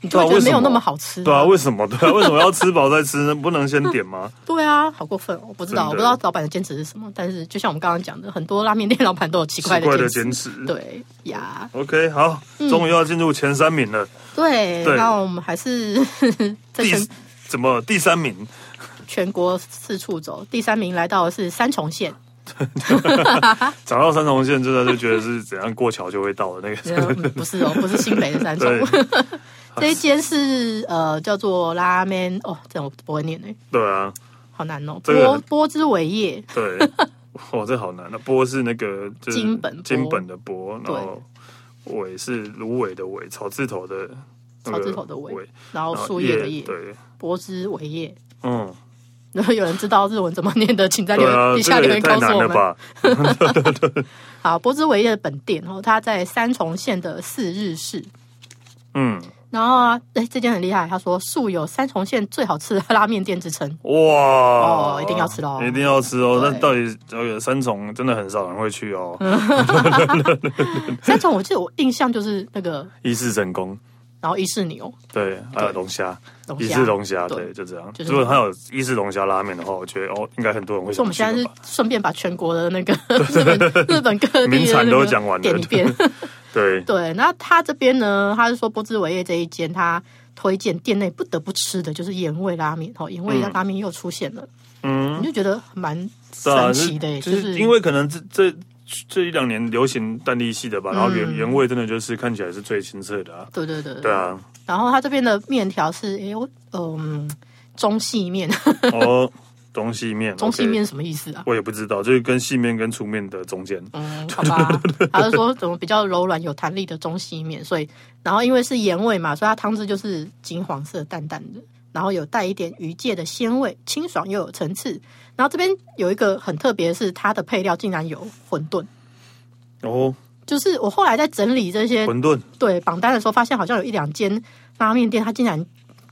Speaker 2: 你就
Speaker 1: 对啊
Speaker 2: 会
Speaker 1: 为
Speaker 2: 觉得
Speaker 1: 什
Speaker 2: 没有
Speaker 1: 么
Speaker 2: 那么好吃？
Speaker 1: 对啊，为什么？对啊，为什么要吃饱再吃呢？不能先点吗？
Speaker 2: 对啊，好过分哦！我不知
Speaker 1: 真
Speaker 2: 道，
Speaker 1: 的
Speaker 2: 我不知道老板的坚持是什么，但是就像我们刚刚讲的，很多拉面店老板都有奇
Speaker 1: 奇
Speaker 2: 怪
Speaker 1: 怪
Speaker 2: 的
Speaker 1: 的
Speaker 2: 坚
Speaker 1: 坚
Speaker 2: 持。
Speaker 1: 持。
Speaker 2: 对呀，
Speaker 1: OK，好，
Speaker 2: 嗯
Speaker 1: 终于要进入前三名了。
Speaker 2: 对，
Speaker 1: 对
Speaker 2: 那我们还是 在
Speaker 1: 第
Speaker 2: 全
Speaker 1: 怎么第三名？
Speaker 2: 全国四处走，第三名来到的是三重县。
Speaker 1: 讲到三重县，真的就觉得是怎样过桥就会到的那个。
Speaker 2: 嗯不是哦，不是新北的三重，
Speaker 1: 对
Speaker 2: 这一间是呃叫做拉面哦，这我不会念哎，
Speaker 1: 对啊，
Speaker 2: 好难哦。
Speaker 1: 这个
Speaker 2: 波
Speaker 1: 很
Speaker 2: 波之伟业，
Speaker 1: 对，哇，这好难啊那波是那个就是
Speaker 2: 金本波
Speaker 1: 金本的波，然后尾是芦苇的苇，草字头的那个
Speaker 2: 草字头的苇
Speaker 1: 苇，
Speaker 2: 然后
Speaker 1: 然后
Speaker 2: 树叶的叶，
Speaker 1: 对，
Speaker 2: 波之伟业。
Speaker 1: 嗯，
Speaker 2: 然后有人知道日文怎么念的，请在留
Speaker 1: 对啊，
Speaker 2: 底
Speaker 1: 这
Speaker 2: 下
Speaker 1: 个也
Speaker 2: 留言
Speaker 1: 太
Speaker 2: 告
Speaker 1: 难
Speaker 2: 诉我
Speaker 1: 了
Speaker 2: 们。
Speaker 1: 吧？
Speaker 2: 好，波之伟业的本店，然后它在三重县的四日市。
Speaker 1: 嗯，
Speaker 2: 然后啊，哎，这间很厉害，他说素有三重县最好吃的拉面店之称。
Speaker 1: 哇，
Speaker 2: 哦
Speaker 1: 哦
Speaker 2: 一定要吃咯
Speaker 1: 一定要吃哦。
Speaker 2: 对嗯
Speaker 1: 那到底这个三重真的很少人会去哦，
Speaker 2: 三重，我记得我印象就是那个，
Speaker 1: 一世神功。
Speaker 2: 然后伊势牛啊
Speaker 1: 对，还有龙虾，
Speaker 2: 龙
Speaker 1: 伊
Speaker 2: 虾，
Speaker 1: 式龙虾，
Speaker 2: 对
Speaker 1: 对，就这样。
Speaker 2: 就是
Speaker 1: 如果它有伊式龙虾拉面的话，我觉得哦，应该很多人会
Speaker 2: 所以我
Speaker 1: 想
Speaker 2: 们
Speaker 1: 去
Speaker 2: 现在是
Speaker 1: 吧。
Speaker 2: 顺便把全国的 那个日本 日本各地的
Speaker 1: 名
Speaker 2: 那
Speaker 1: 产
Speaker 2: 个
Speaker 1: 都讲完了
Speaker 2: 点一遍。
Speaker 1: 对，
Speaker 2: 对，那他这边呢，他是说波兹维耶这一间，他推荐店内不得不吃的就是盐味拉面，哦，盐味拉面又出现了，
Speaker 1: 嗯，
Speaker 2: 你就觉得蛮
Speaker 1: 是啊，
Speaker 2: 神奇
Speaker 1: 是
Speaker 2: 的耶，就
Speaker 1: 就是是因为可能这这这一两年流行蛋力系的吧，然后
Speaker 2: 嗯
Speaker 1: 原原味真的就是看起来是最清澈的啊。
Speaker 2: 对对对
Speaker 1: 对。 啊，
Speaker 2: 然后他这边的面条是，哎，我嗯，中细面，
Speaker 1: 哦，中细面，
Speaker 2: 中细
Speaker 1: OK
Speaker 2: 面是什么意思啊？
Speaker 1: 我也不知道，就是跟细面跟粗面的中间。
Speaker 2: 嗯，好吧，他是说怎么比较柔软有弹力的中西面，所以然后因为是盐味嘛，所以它汤汁就是金黄色淡淡的，然后有带一点鱼介的鲜味，清爽又有层次。然后这边有一个很特别，是它的配料竟然有馄饨。
Speaker 1: 哦，
Speaker 2: 就是我后来在整理这些
Speaker 1: 馄饨，
Speaker 2: 对榜单的时候，发现好像有一两间拉面店，它竟然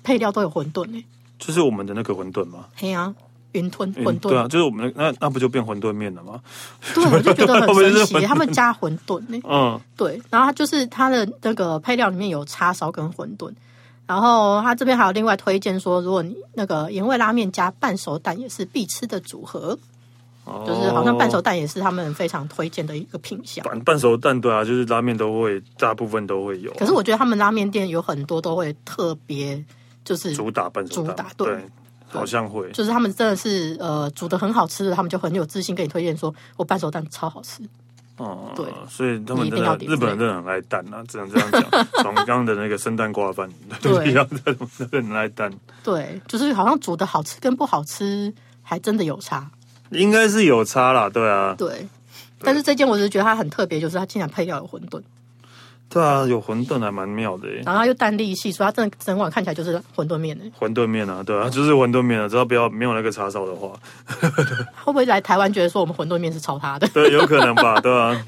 Speaker 2: 配料都有馄饨诶、
Speaker 1: 就是我们的那个馄饨嘛。
Speaker 2: 嘿啊，云吞
Speaker 1: 嗯
Speaker 2: 馄饨，
Speaker 1: 对啊，就是我们那那那不就变馄饨面了吗？
Speaker 2: 对我就觉 得
Speaker 1: 我
Speaker 2: 很
Speaker 1: 们是
Speaker 2: 神奇、
Speaker 1: 馄饨
Speaker 2: 他们加哎馄饨诶、
Speaker 1: 嗯，
Speaker 2: 对，然后它就是它的那个配料里面有叉烧跟馄饨，然后它这边还有另外推荐说，如果你那个盐味拉面加半熟蛋也是必吃的组合，
Speaker 1: 哦
Speaker 2: 就是好像半熟蛋也是他们非常推荐的一个品项。
Speaker 1: 半半熟蛋，对啊，就是拉面都会，大部分都会有。
Speaker 2: 可是我觉得他们拉面店有很多都会特别，就是
Speaker 1: 主打半熟蛋，
Speaker 2: 主打对
Speaker 1: 好像会。
Speaker 2: 就是他们真的是呃煮的很好吃的，他们就很有自信给你推荐说，我半熟蛋超好吃。
Speaker 1: 嗯，
Speaker 2: 对
Speaker 1: 所以他们
Speaker 2: 你一
Speaker 1: 真
Speaker 2: 定
Speaker 1: 的
Speaker 2: 要点
Speaker 1: 日本人真的很爱蛋啊，只能这样 讲。从刚刚的那个生蛋挂饭，都一样的，真的很爱蛋。
Speaker 2: 对，就是好像煮的好吃跟不好吃还真的有差。
Speaker 1: 应该是有差啦，对啊，嗯
Speaker 2: 对，但是这间我只是觉得它很特别，就是它竟然配料有馄饨。
Speaker 1: 对啊，有馄饨还蛮妙的欸耶。
Speaker 2: 然后它又淡丽系，所以它整整碗看起来就是馄饨面的。欸
Speaker 1: 馄饨面啊，对啊，就是馄饨面啊，只要不要没有那个叉烧的话，
Speaker 2: 会不会来台湾觉得说我们馄饨面是抄它的？
Speaker 1: 对，有可能吧，对啊，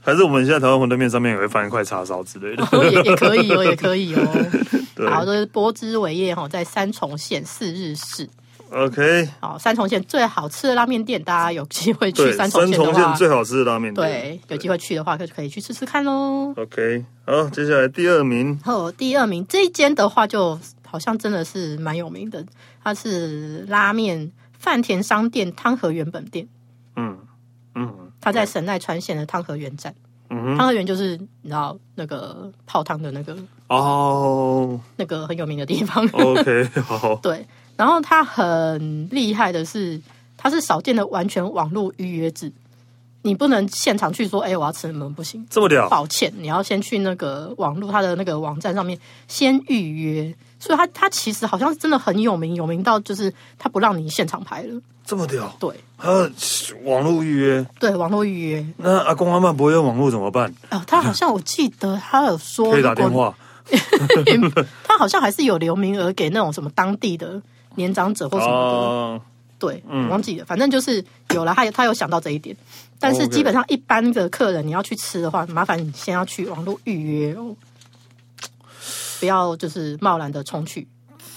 Speaker 1: 还是我们现在台湾馄饨面上面也会放一块叉烧之类 的。
Speaker 2: 也也可以哦，也可以哦。
Speaker 1: 对
Speaker 2: 好，这是波之伟业哈，在三重县四日市。
Speaker 1: OK，
Speaker 2: 好，三重县最好吃的拉面店，大家有机会去
Speaker 1: 对，
Speaker 2: 三
Speaker 1: 三
Speaker 2: 重县的
Speaker 1: 重
Speaker 2: 话
Speaker 1: 县，最好吃的拉面店
Speaker 2: 对。，有机会去的话，可可以去吃吃看喽。
Speaker 1: OK，好，接下来第二名，
Speaker 2: 然后第二名这一间的话，就好像真的是蛮有名的，它是拉面饭田商店汤和园本店，
Speaker 1: 嗯嗯
Speaker 2: 它在神奈川县的汤和园站。
Speaker 1: 嗯哼，
Speaker 2: 汤和园就是你知道那个泡汤的那个
Speaker 1: 哦
Speaker 2: 那个很有名的地方。
Speaker 1: ，OK，好，
Speaker 2: 对，然后它很厉害的是，它是少见的完全网络预约制，你不能现场去说，哎、我要吃什么不行。
Speaker 1: 这么屌，
Speaker 2: 抱歉，你要先去那个网络它的那个网站上面先预约，所以它它其实好像真的很有名，有名到就是它不让你现场排了。
Speaker 1: 这么屌，
Speaker 2: 对
Speaker 1: 还有网络预约，
Speaker 2: 对，网络预约
Speaker 1: 那阿公阿嬷不会用网络怎么办？
Speaker 2: 哦，它好像我记得它有说
Speaker 1: 可以打
Speaker 2: 如果
Speaker 1: 电话。
Speaker 2: 他好像还是有留名额给那种什么当地的年长者或什么的，
Speaker 1: 哦，
Speaker 2: 对，我忘记了，反正就是有了，他有他有想到这一点，但是
Speaker 1: 哦 OK
Speaker 2: 基本上一般的客人你要去吃的话，麻烦你先要去网络预约哦，不要就是贸然的冲去，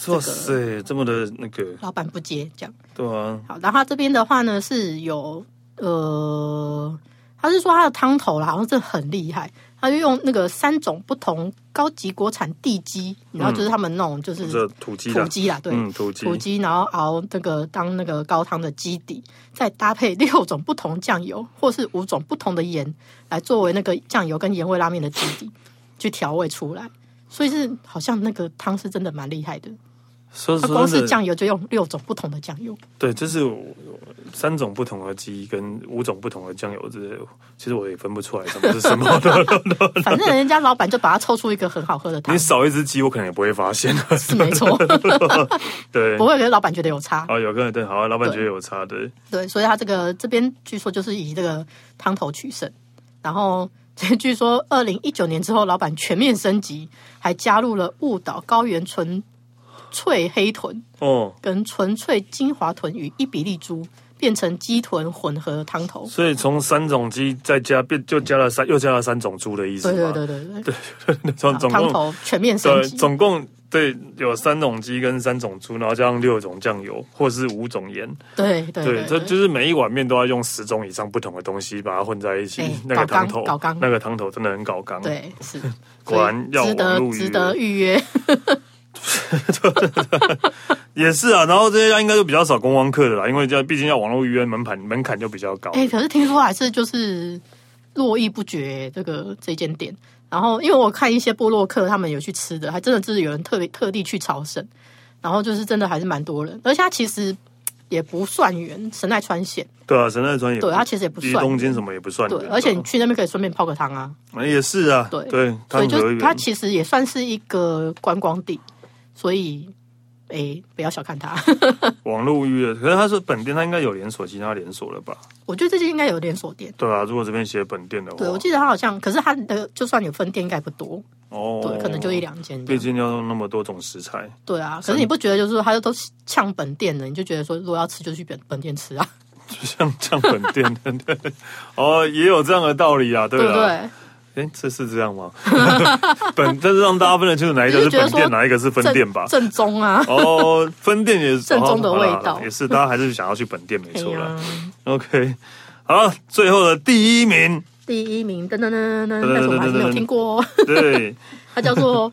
Speaker 1: 哇塞，这么的那个，
Speaker 2: 老板不接这样。
Speaker 1: 对啊，
Speaker 2: 好，然后他这边的话呢是有呃，他是说他的汤头啦，好像真的很厉害。他就用那个三种不同高级国产地鸡，然后就是他们那种就是
Speaker 1: 这土鸡
Speaker 2: 土
Speaker 1: 的，
Speaker 2: 鸡啦，对，
Speaker 1: 嗯，土鸡，
Speaker 2: 土鸡，然后熬那个当那个高汤的基底，再搭配六种不同酱油或是五种不同的盐，来作为那个酱油跟盐味拉面的基底，去调味出来。所以是好像那个汤是真的蛮厉害的，
Speaker 1: 说
Speaker 2: 它光
Speaker 1: 说哦
Speaker 2: 是
Speaker 1: 真的，
Speaker 2: 酱油就用六种不同的酱油，
Speaker 1: 对，就是我三种不同的鸡跟五种不同的酱油之类的，其实我也分不出来什么是什么的。
Speaker 2: 反正人家老板就把它凑出一个很好喝的汤
Speaker 1: 你，少一只鸡，我可能也不会发现。
Speaker 2: 是没 错，
Speaker 1: 对
Speaker 2: 不，会给老板觉得有差。
Speaker 1: 啊，有可能对，好，老板觉得有差，对，
Speaker 2: 对，所以他这个这边据说就是以这个汤头取胜，然后 据说二零一九年之后，老板全面升级，还加入了雾岛高原纯粹黑豚
Speaker 1: 哦，
Speaker 2: 跟纯粹金华豚与伊比利猪，变成鸡豚混合汤头。
Speaker 1: 所以从三种鸡再加变，就加了三，又加了三种猪的意思
Speaker 2: 对
Speaker 1: 嘛。
Speaker 2: 对对对对，
Speaker 1: 对， 总总
Speaker 2: 汤
Speaker 1: 共
Speaker 2: 头全面升
Speaker 1: 对，
Speaker 2: 级。
Speaker 1: 总共对有三种鸡跟三种猪，然后加上六种酱油或是五种盐，
Speaker 2: 对对
Speaker 1: 对，
Speaker 2: 对
Speaker 1: 这
Speaker 2: 对
Speaker 1: 就是每一碗面都要用十种以上不同的东西把它混在一起
Speaker 2: 哎，
Speaker 1: 那个
Speaker 2: 搞纲
Speaker 1: 汤头
Speaker 2: 搞纲，
Speaker 1: 那个汤头真的很搞纲。
Speaker 2: 对是，
Speaker 1: 果然要
Speaker 2: 所以值
Speaker 1: 网
Speaker 2: 得
Speaker 1: 络预
Speaker 2: 值
Speaker 1: 约
Speaker 2: 得预约。
Speaker 1: 也是啊，然后这些家应该就比较少观光客的啦，因为这毕竟要网络预约门槛门槛就比较高。
Speaker 2: 哎、可是听说还是就是络绎不绝这个这间店。然后，因为我看一些部落客他们有去吃的，还真的就是有人特别特地去朝圣，然后就是真的还是蛮多人，而且它其实嘖也不算远，神奈川县，
Speaker 1: 对啊，神奈川也
Speaker 2: 对，它其实也不
Speaker 1: 离
Speaker 2: 算
Speaker 1: 东
Speaker 2: 远
Speaker 1: 京什么也不算远
Speaker 2: 对，而且你
Speaker 1: 吧
Speaker 2: 去那边可以顺便泡个汤啊，
Speaker 1: 哎也是啊，
Speaker 2: 对
Speaker 1: 对，
Speaker 2: 所以
Speaker 1: 汤和
Speaker 2: 就
Speaker 1: 园
Speaker 2: 它其实也算是一个观光地，所以哎、不要小看它，
Speaker 1: 网络预约，可是他说本店他应该有连锁其他连锁了吧？
Speaker 2: 我觉得这间应该有连锁店，
Speaker 1: 对啊，如果这边写本店的话，
Speaker 2: 对我记得它好像，可是它的就算有分店应该不多，
Speaker 1: 哦
Speaker 2: 对，可能就一，两间这
Speaker 1: 毕
Speaker 2: 样，
Speaker 1: 竟要用那么多种食材，
Speaker 2: 对啊，可是你不觉得就是说他就都呛本店的，你就觉得说如果要吃就去本本店吃啊，
Speaker 1: 就像像本店的，对哦，也有这样的道理啊，对
Speaker 2: 对不
Speaker 1: 啦。
Speaker 2: 对？
Speaker 1: 哎，这是这样 吗？本，但是让大家分得清楚哪一个是
Speaker 2: 你就觉
Speaker 1: 本
Speaker 2: 得说
Speaker 1: 店，哪一个是分店吧。
Speaker 2: 正宗啊，
Speaker 1: 哦，分店也是
Speaker 2: 正宗的
Speaker 1: 哦好啦
Speaker 2: 味
Speaker 1: 好啦
Speaker 2: 道
Speaker 1: 也是大家还是想要去本店，没
Speaker 2: 哎
Speaker 1: 错啦。
Speaker 2: 呀，
Speaker 1: OK，好，最后的第一名，
Speaker 2: 第一名噔噔噔噔，但是我们还是没有听过、哦，
Speaker 1: 对
Speaker 2: 它叫做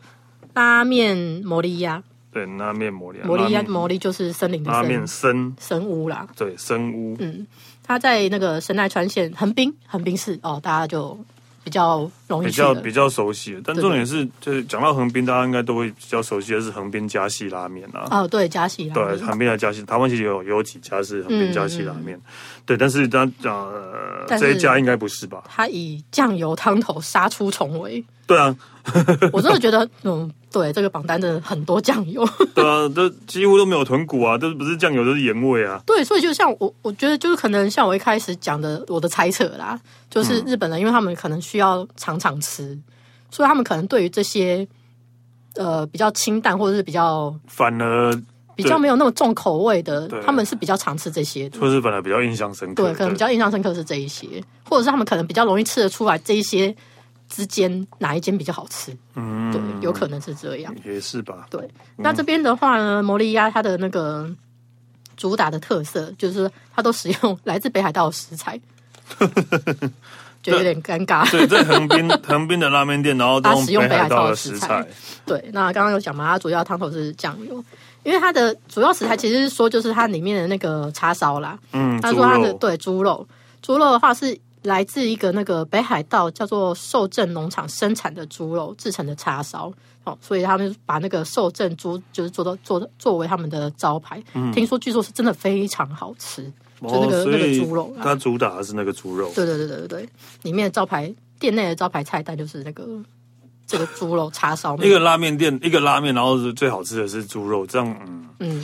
Speaker 2: 拉面摩利亚，
Speaker 1: 对，拉面魔力，啊
Speaker 2: 摩利亚
Speaker 1: 拉面
Speaker 2: 摩利就是森林的
Speaker 1: 拉面
Speaker 2: 森，
Speaker 1: 生，
Speaker 2: 森屋啦，
Speaker 1: 对，生屋，
Speaker 2: 嗯，它在那个神奈川县横滨，横滨市哦，大家就比较容易
Speaker 1: 比
Speaker 2: 去
Speaker 1: 较
Speaker 2: 了
Speaker 1: 比。较熟悉，但重点是，就是讲到横滨，大家应该都会比较熟悉的是横滨加系拉面啊。
Speaker 2: 哦，对，加喜拉
Speaker 1: 对，
Speaker 2: 面，
Speaker 1: 横滨的加系，台湾其实有有几家是横滨加系拉面，对，但是它呃
Speaker 2: 嗯但是
Speaker 1: 这一家应该不是吧？
Speaker 2: 它以酱油汤头杀出重围，
Speaker 1: 对啊，
Speaker 2: 我真的觉得，嗯，对，这个榜单真的很多酱油。
Speaker 1: 对啊，都几乎都没有豚骨啊，都不是酱油就是盐味啊。
Speaker 2: 对，所以就像我，我觉得就是可能像我一开始讲的，我的猜测啦，就是日本人，因为他们可能需要常常吃，所以他们可能对于这些呃比较清淡或者是比较
Speaker 1: 反而
Speaker 2: 比较没有那么重口味的
Speaker 1: 对，
Speaker 2: 他们是比较常吃这些的。
Speaker 1: 或是反而比较印象深刻，
Speaker 2: 对，可能比较印象深刻是这一些，或者是他们可能比较容易吃得出来这一些之间哪一间比较好吃。
Speaker 1: 嗯
Speaker 2: 对，有可能是这样。
Speaker 1: 也是吧，
Speaker 2: 对，那这边的话呢，摩利亚它的那个主打的特色就是它都使用来自北海道的食材，就有点尴尬。
Speaker 1: 对，在横 滨横滨的拉面店，然后都
Speaker 2: 它使用
Speaker 1: 海
Speaker 2: 北海道
Speaker 1: 的
Speaker 2: 的
Speaker 1: 食
Speaker 2: 食材， 对，那刚刚有讲嘛，它主要汤头是酱油，因为它的主要食材其实是说就是它里面的那个叉烧啦，
Speaker 1: 嗯，
Speaker 2: 他
Speaker 1: 猪
Speaker 2: 说他的
Speaker 1: 肉，
Speaker 2: 对猪肉，猪肉的话是来自一个那个北海道叫做寿镇农场生产的猪肉制成的叉烧，哦，所以他们把那个寿镇猪就是做到做作为他们的招牌。
Speaker 1: 嗯
Speaker 2: 听说据说是真的非常好吃，就那个
Speaker 1: 哦所
Speaker 2: 那个
Speaker 1: 以
Speaker 2: 猪肉啦
Speaker 1: 它主打的是那个猪肉，
Speaker 2: 对对对对对对，里面的招牌店内的招牌菜单就是那个这个猪肉叉烧 面
Speaker 1: 一。个拉面店，一个拉面，然后是最好吃的是猪肉，这样，嗯，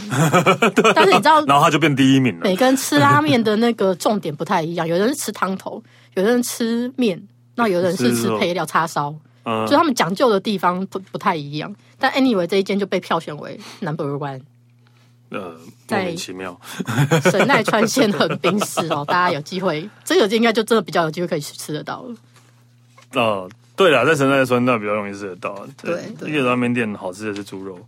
Speaker 2: 但是你知道
Speaker 1: 然后它就变第一名了。
Speaker 2: 每个人吃拉面的那个重点不太一样，有人是吃汤头，有人吃面，那有人是
Speaker 1: 是
Speaker 2: 吃
Speaker 1: 哦
Speaker 2: 配料叉烧。
Speaker 1: 嗯
Speaker 2: 就，他们讲究的地方不不太一样。但 anyway 这一间就被票选为 number one，
Speaker 1: 呃，莫
Speaker 2: 在
Speaker 1: 名其妙，
Speaker 2: 神奈川县横滨市哦，大家有机会，这个应该就真的比较有机会可以去吃得到了。
Speaker 1: 哦，对啦，在神奈川那比较容易吃得到，
Speaker 2: 对对
Speaker 1: 一个拉面店好吃的是猪肉，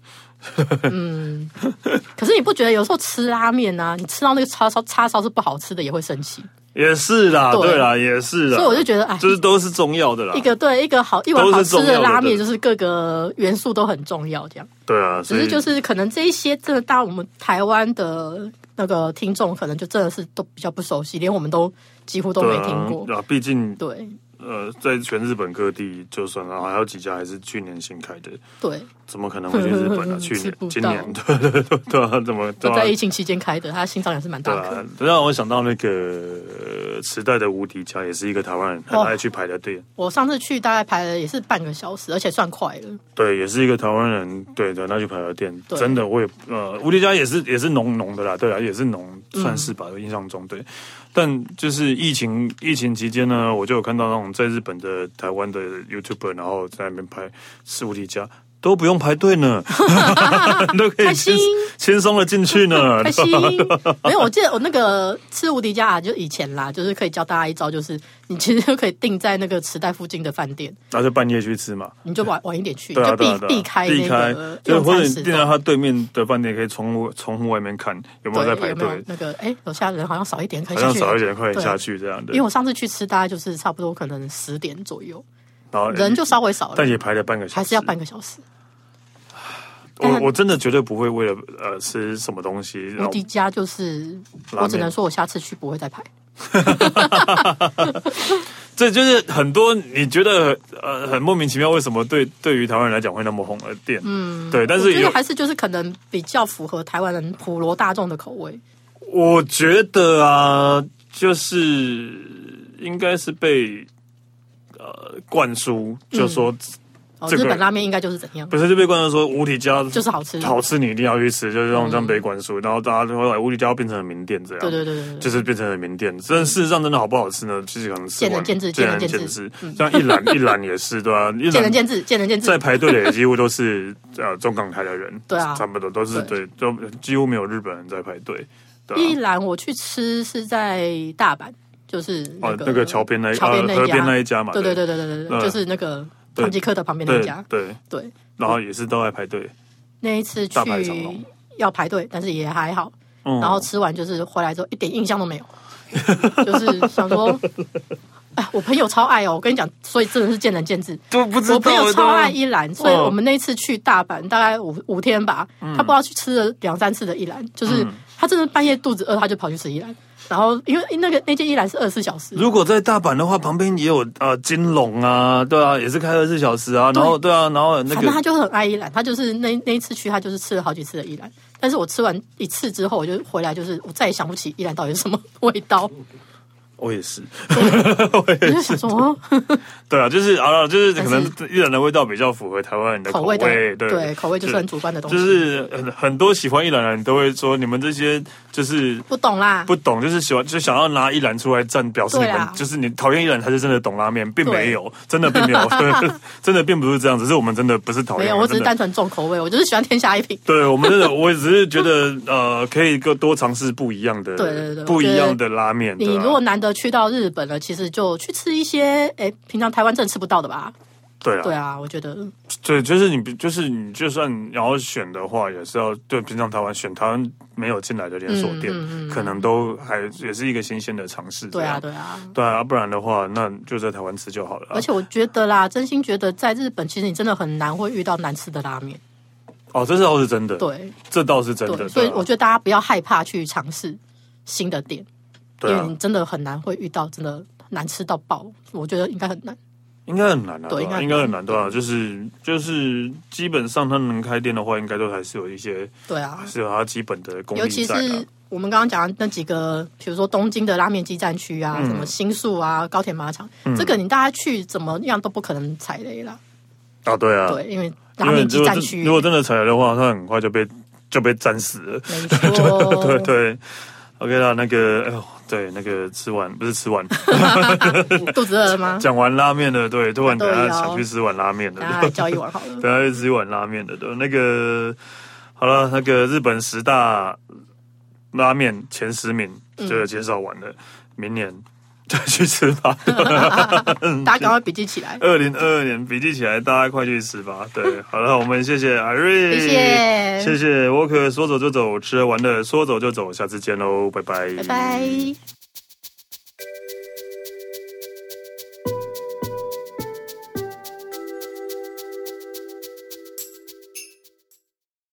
Speaker 2: 可是你不觉得有时候吃拉面啊，你吃到那个叉烧叉烧是不好吃的也会生气，
Speaker 1: 也是啦，
Speaker 2: 对
Speaker 1: 对啦，也是啦，
Speaker 2: 所以我就觉得哎。
Speaker 1: 就是都是重要的啦，
Speaker 2: 一个对一个好一碗
Speaker 1: 都
Speaker 2: 好
Speaker 1: 是
Speaker 2: 吃
Speaker 1: 重要的
Speaker 2: 拉面，
Speaker 1: 对
Speaker 2: 就是各个元素都很重要，这样。
Speaker 1: 对啊，
Speaker 2: 只
Speaker 1: 所以
Speaker 2: 是就是可能这一些真的，大我们台湾的那个听众可能就真的是都比较不熟悉，连我们都几乎都没
Speaker 1: 对啊
Speaker 2: 听过。
Speaker 1: 啊，毕竟
Speaker 2: 对
Speaker 1: 呃，在全日本各地就算了，还有几家还是去年新开的，
Speaker 2: 对，
Speaker 1: 怎么可能会去日 本啊？去
Speaker 2: 吃
Speaker 1: 年
Speaker 2: 不、到
Speaker 1: 今年， 对对对对啊，怎么对
Speaker 2: 就在疫
Speaker 1: 啊？
Speaker 2: 情期间开的，他心脏也是蛮
Speaker 1: 对
Speaker 2: 大颗。
Speaker 1: 啊，让我想到那个呃时代的无敌家，也是一个台湾人很
Speaker 2: 哦
Speaker 1: 爱去排的店。
Speaker 2: 我上次去大概排了也是半个小时，而且算快 了。
Speaker 1: 对，也是一个台湾人，对的，那就排的店，
Speaker 2: 对
Speaker 1: 真的我也呃，无敌家也是也是浓浓的啦，对啊，也是浓，算是吧，我印象中对。但就是疫情疫情期间呢，我就有看到那种在日本的台湾的 YouTuber，然后在那边拍吃无敌家。都不用排队 呢，都可以
Speaker 2: 开心
Speaker 1: 轻轻松的进去呢。
Speaker 2: 开心，没有，我记得我那个吃无敌家啊，就以前啦，就是可以教大家一招，就是你其实就可以定在那个池袋附近的饭店，
Speaker 1: 然后就半夜去吃嘛，
Speaker 2: 你就晚晚一点去，
Speaker 1: 对啊，
Speaker 2: 你就避、
Speaker 1: 对啊对啊
Speaker 2: 避开
Speaker 1: 避
Speaker 2: 那
Speaker 1: 开
Speaker 2: 个，
Speaker 1: 就是
Speaker 2: 用
Speaker 1: 或者你
Speaker 2: 餐时
Speaker 1: 定在
Speaker 2: 段。
Speaker 1: 他对面的饭店，可以从户从户外面看有没有在
Speaker 2: 对，
Speaker 1: 排
Speaker 2: 有没有
Speaker 1: 队，
Speaker 2: 那个？哎，楼下人好像少一点，可以
Speaker 1: 好
Speaker 2: 下
Speaker 1: 像
Speaker 2: 去。
Speaker 1: 少一点快点
Speaker 2: 对啊
Speaker 1: 下去这样的
Speaker 2: 因为。我上次去吃，大概就是差不多可能十点左右，
Speaker 1: 然后
Speaker 2: 人就稍微少了
Speaker 1: 但，也排了半个小时，
Speaker 2: 还是要半个小时。
Speaker 1: 我
Speaker 2: 但
Speaker 1: 我真的绝对不会为了呃吃什么东西，然
Speaker 2: 无
Speaker 1: 后
Speaker 2: 敌家就是，
Speaker 1: 拉
Speaker 2: 我只
Speaker 1: 面
Speaker 2: 能说我下次去不会再排。
Speaker 1: 这就是很多你觉得呃很莫名其妙，为什么对对于台湾人来讲会那么红的店？嗯，对，但
Speaker 2: 我
Speaker 1: 是
Speaker 2: 觉
Speaker 1: 有
Speaker 2: 得还是就是可能比较符合台湾人普罗大众的口味。
Speaker 1: 我觉得啊，就是应该是被呃灌输，就说
Speaker 2: 哦，
Speaker 1: 这个
Speaker 2: 日本拉面应该就是怎样？
Speaker 1: 不是就被灌输说无体家
Speaker 2: 就是好吃
Speaker 1: 好吃你一定要去吃，就是让这样被灌输，然后大家就会来哎无体家变成了名店这样。
Speaker 2: 对对对对对，
Speaker 1: 啊就是变成了名店，但事实上真的好不好吃呢？其实可能吃
Speaker 2: 见仁
Speaker 1: 完
Speaker 2: 见智
Speaker 1: 见仁
Speaker 2: 见
Speaker 1: 见
Speaker 2: 仁见
Speaker 1: 智。像一兰一兰也是对啊，一
Speaker 2: 见
Speaker 1: 兰
Speaker 2: 仁见智，见仁见
Speaker 1: 在
Speaker 2: 智。
Speaker 1: 排队的也几乎都是呃中港台的人，
Speaker 2: 对啊
Speaker 1: 差不多都是对，都几乎没有日本人在排队。对啊
Speaker 2: 一兰我去吃是在大阪，就是那
Speaker 1: 哦
Speaker 2: 个
Speaker 1: 那个桥边那一
Speaker 2: 桥边
Speaker 1: 呃
Speaker 2: 那
Speaker 1: 河
Speaker 2: 一
Speaker 1: 边
Speaker 2: 家
Speaker 1: 那一家嘛
Speaker 2: 对对
Speaker 1: 对
Speaker 2: 对对对
Speaker 1: 嗯
Speaker 2: 对，就是那个唐吉诃德旁边那一家
Speaker 1: 对。对，
Speaker 2: 对，
Speaker 1: 然后也是都在排队。
Speaker 2: 那一次去
Speaker 1: 大排长龙
Speaker 2: 要排队，但是也还好。
Speaker 1: 嗯
Speaker 2: 然后吃完就是回来之后一点印象都 没有，就是想说，哎，我朋友超爱哦，我跟你讲，所以真的是见仁见智。
Speaker 1: 都不知道
Speaker 2: 我朋友超爱一兰，所以
Speaker 1: 哦
Speaker 2: 我们那一次去大阪大概五五天吧，
Speaker 1: 嗯
Speaker 2: 他不知道去吃了两三次的一兰，就是他真的半夜肚子饿，他就跑去吃一兰。然后因为那个那间一兰是二十四小时，
Speaker 1: 如果在大阪的话，旁边也有呃金龙啊，对啊，也是开二十四小时啊。然后对啊，然后那
Speaker 2: 反正他
Speaker 1: 个
Speaker 2: 就很爱依兰，他就是那那一次去，他就是吃了好几次的依兰。但是我吃完一次之后，我就回来，就是我再也想不起依兰到底是什么味道。
Speaker 1: 我也是，
Speaker 2: 我就想说，哦
Speaker 1: 对啊，就是啊，就是可能
Speaker 2: 但
Speaker 1: 一兰的味道比较符合台湾人的
Speaker 2: 口
Speaker 1: 味，
Speaker 2: 味的
Speaker 1: 对
Speaker 2: 对口味就是很主观的东西，
Speaker 1: 就是很很多喜欢一兰的人都会说，你们这些就是
Speaker 2: 不懂啦，
Speaker 1: 不懂，就是喜欢就想要拿一兰出来站，表示你
Speaker 2: 对
Speaker 1: 们、
Speaker 2: 啦
Speaker 1: 就是你讨厌一兰才是真的懂拉面，并
Speaker 2: 对
Speaker 1: 没有，真的并没 有，真的并不是这样，只是我们真的不是讨厌，
Speaker 2: 没有，我只
Speaker 1: 真
Speaker 2: 是
Speaker 1: 的
Speaker 2: 单纯重口味，我就是喜欢天下一品。
Speaker 1: 对我们真的，我只是觉得呃，可以更多尝试不一样的，
Speaker 2: 对对对
Speaker 1: 不一样的拉面。
Speaker 2: 你
Speaker 1: 对啊
Speaker 2: 如果难得去到日本了，其实就去吃一些哎，平常台湾真的吃不到的吧？
Speaker 1: 对啊，
Speaker 2: 对啊，我觉得
Speaker 1: 对，就是你不，就是你，就算你要选的话，也是要对平常台湾选台湾没有进来的连锁
Speaker 2: 嗯
Speaker 1: 店，可能都还也是一个新鲜的尝试。
Speaker 2: 对啊，
Speaker 1: 这样，
Speaker 2: 对啊。
Speaker 1: 对啊，不然的话，那就在台湾吃就好了啊。
Speaker 2: 而且我觉得啦，真心觉得在日本，其实你真的很难会遇到难吃的拉面。
Speaker 1: 哦，这倒是真的，，
Speaker 2: 对
Speaker 1: 这倒是真的。
Speaker 2: 对，所以
Speaker 1: 对啊
Speaker 2: 我觉得大家不要害怕去尝试新的店，
Speaker 1: 对
Speaker 2: 因为
Speaker 1: 啊
Speaker 2: 你，真的很难会遇到真的难吃到爆。我觉得应该很难。
Speaker 1: 应该很难啊，
Speaker 2: 对
Speaker 1: 对啊应
Speaker 2: 应
Speaker 1: 该很
Speaker 2: 该很
Speaker 1: 难，对吧？就是就是，基本上他能开店的话，应该都还是有一些
Speaker 2: 对啊，
Speaker 1: 是有他基本的功
Speaker 2: 尤
Speaker 1: 力
Speaker 2: 其
Speaker 1: 在啊的
Speaker 2: 是。我们刚刚讲的那几个，比如说东京的拉面基站区
Speaker 1: 嗯
Speaker 2: 啊，什么新宿啊、高铁马场，这个你大家去怎么样都不可能踩雷啦。
Speaker 1: 啊，对啊，
Speaker 2: 对，因为
Speaker 1: 因
Speaker 2: 拉
Speaker 1: 为
Speaker 2: 面
Speaker 1: 如
Speaker 2: 基
Speaker 1: 果
Speaker 2: 站
Speaker 1: 真
Speaker 2: 区，
Speaker 1: 如果真的踩雷的话，他很快就被就被战死了。
Speaker 2: 没错，
Speaker 1: 对对，OK 啦，那个，哎呦，对，那个吃完不是吃完，
Speaker 2: 肚子饿 了吗？
Speaker 1: 讲完拉面了，对，突然等下
Speaker 2: 对哦
Speaker 1: 想去吃碗拉面了
Speaker 2: 大，家来
Speaker 1: 对
Speaker 2: 叫一碗好
Speaker 1: 等
Speaker 2: 了。
Speaker 1: 下去吃一碗拉面了，对，那个好了，那个日本十大拉面前十名
Speaker 2: 嗯
Speaker 1: 就介绍完了，明年再去吃吧。
Speaker 2: 大家赶快笔记起来，
Speaker 1: 二零二二年笔记起来，大家快去吃吧。 对，好了，我们谢谢艾瑞，
Speaker 2: 谢谢
Speaker 1: 谢谢沃克，说走就走，吃喝玩乐说走就走，下次见喽，拜拜，
Speaker 2: 拜拜。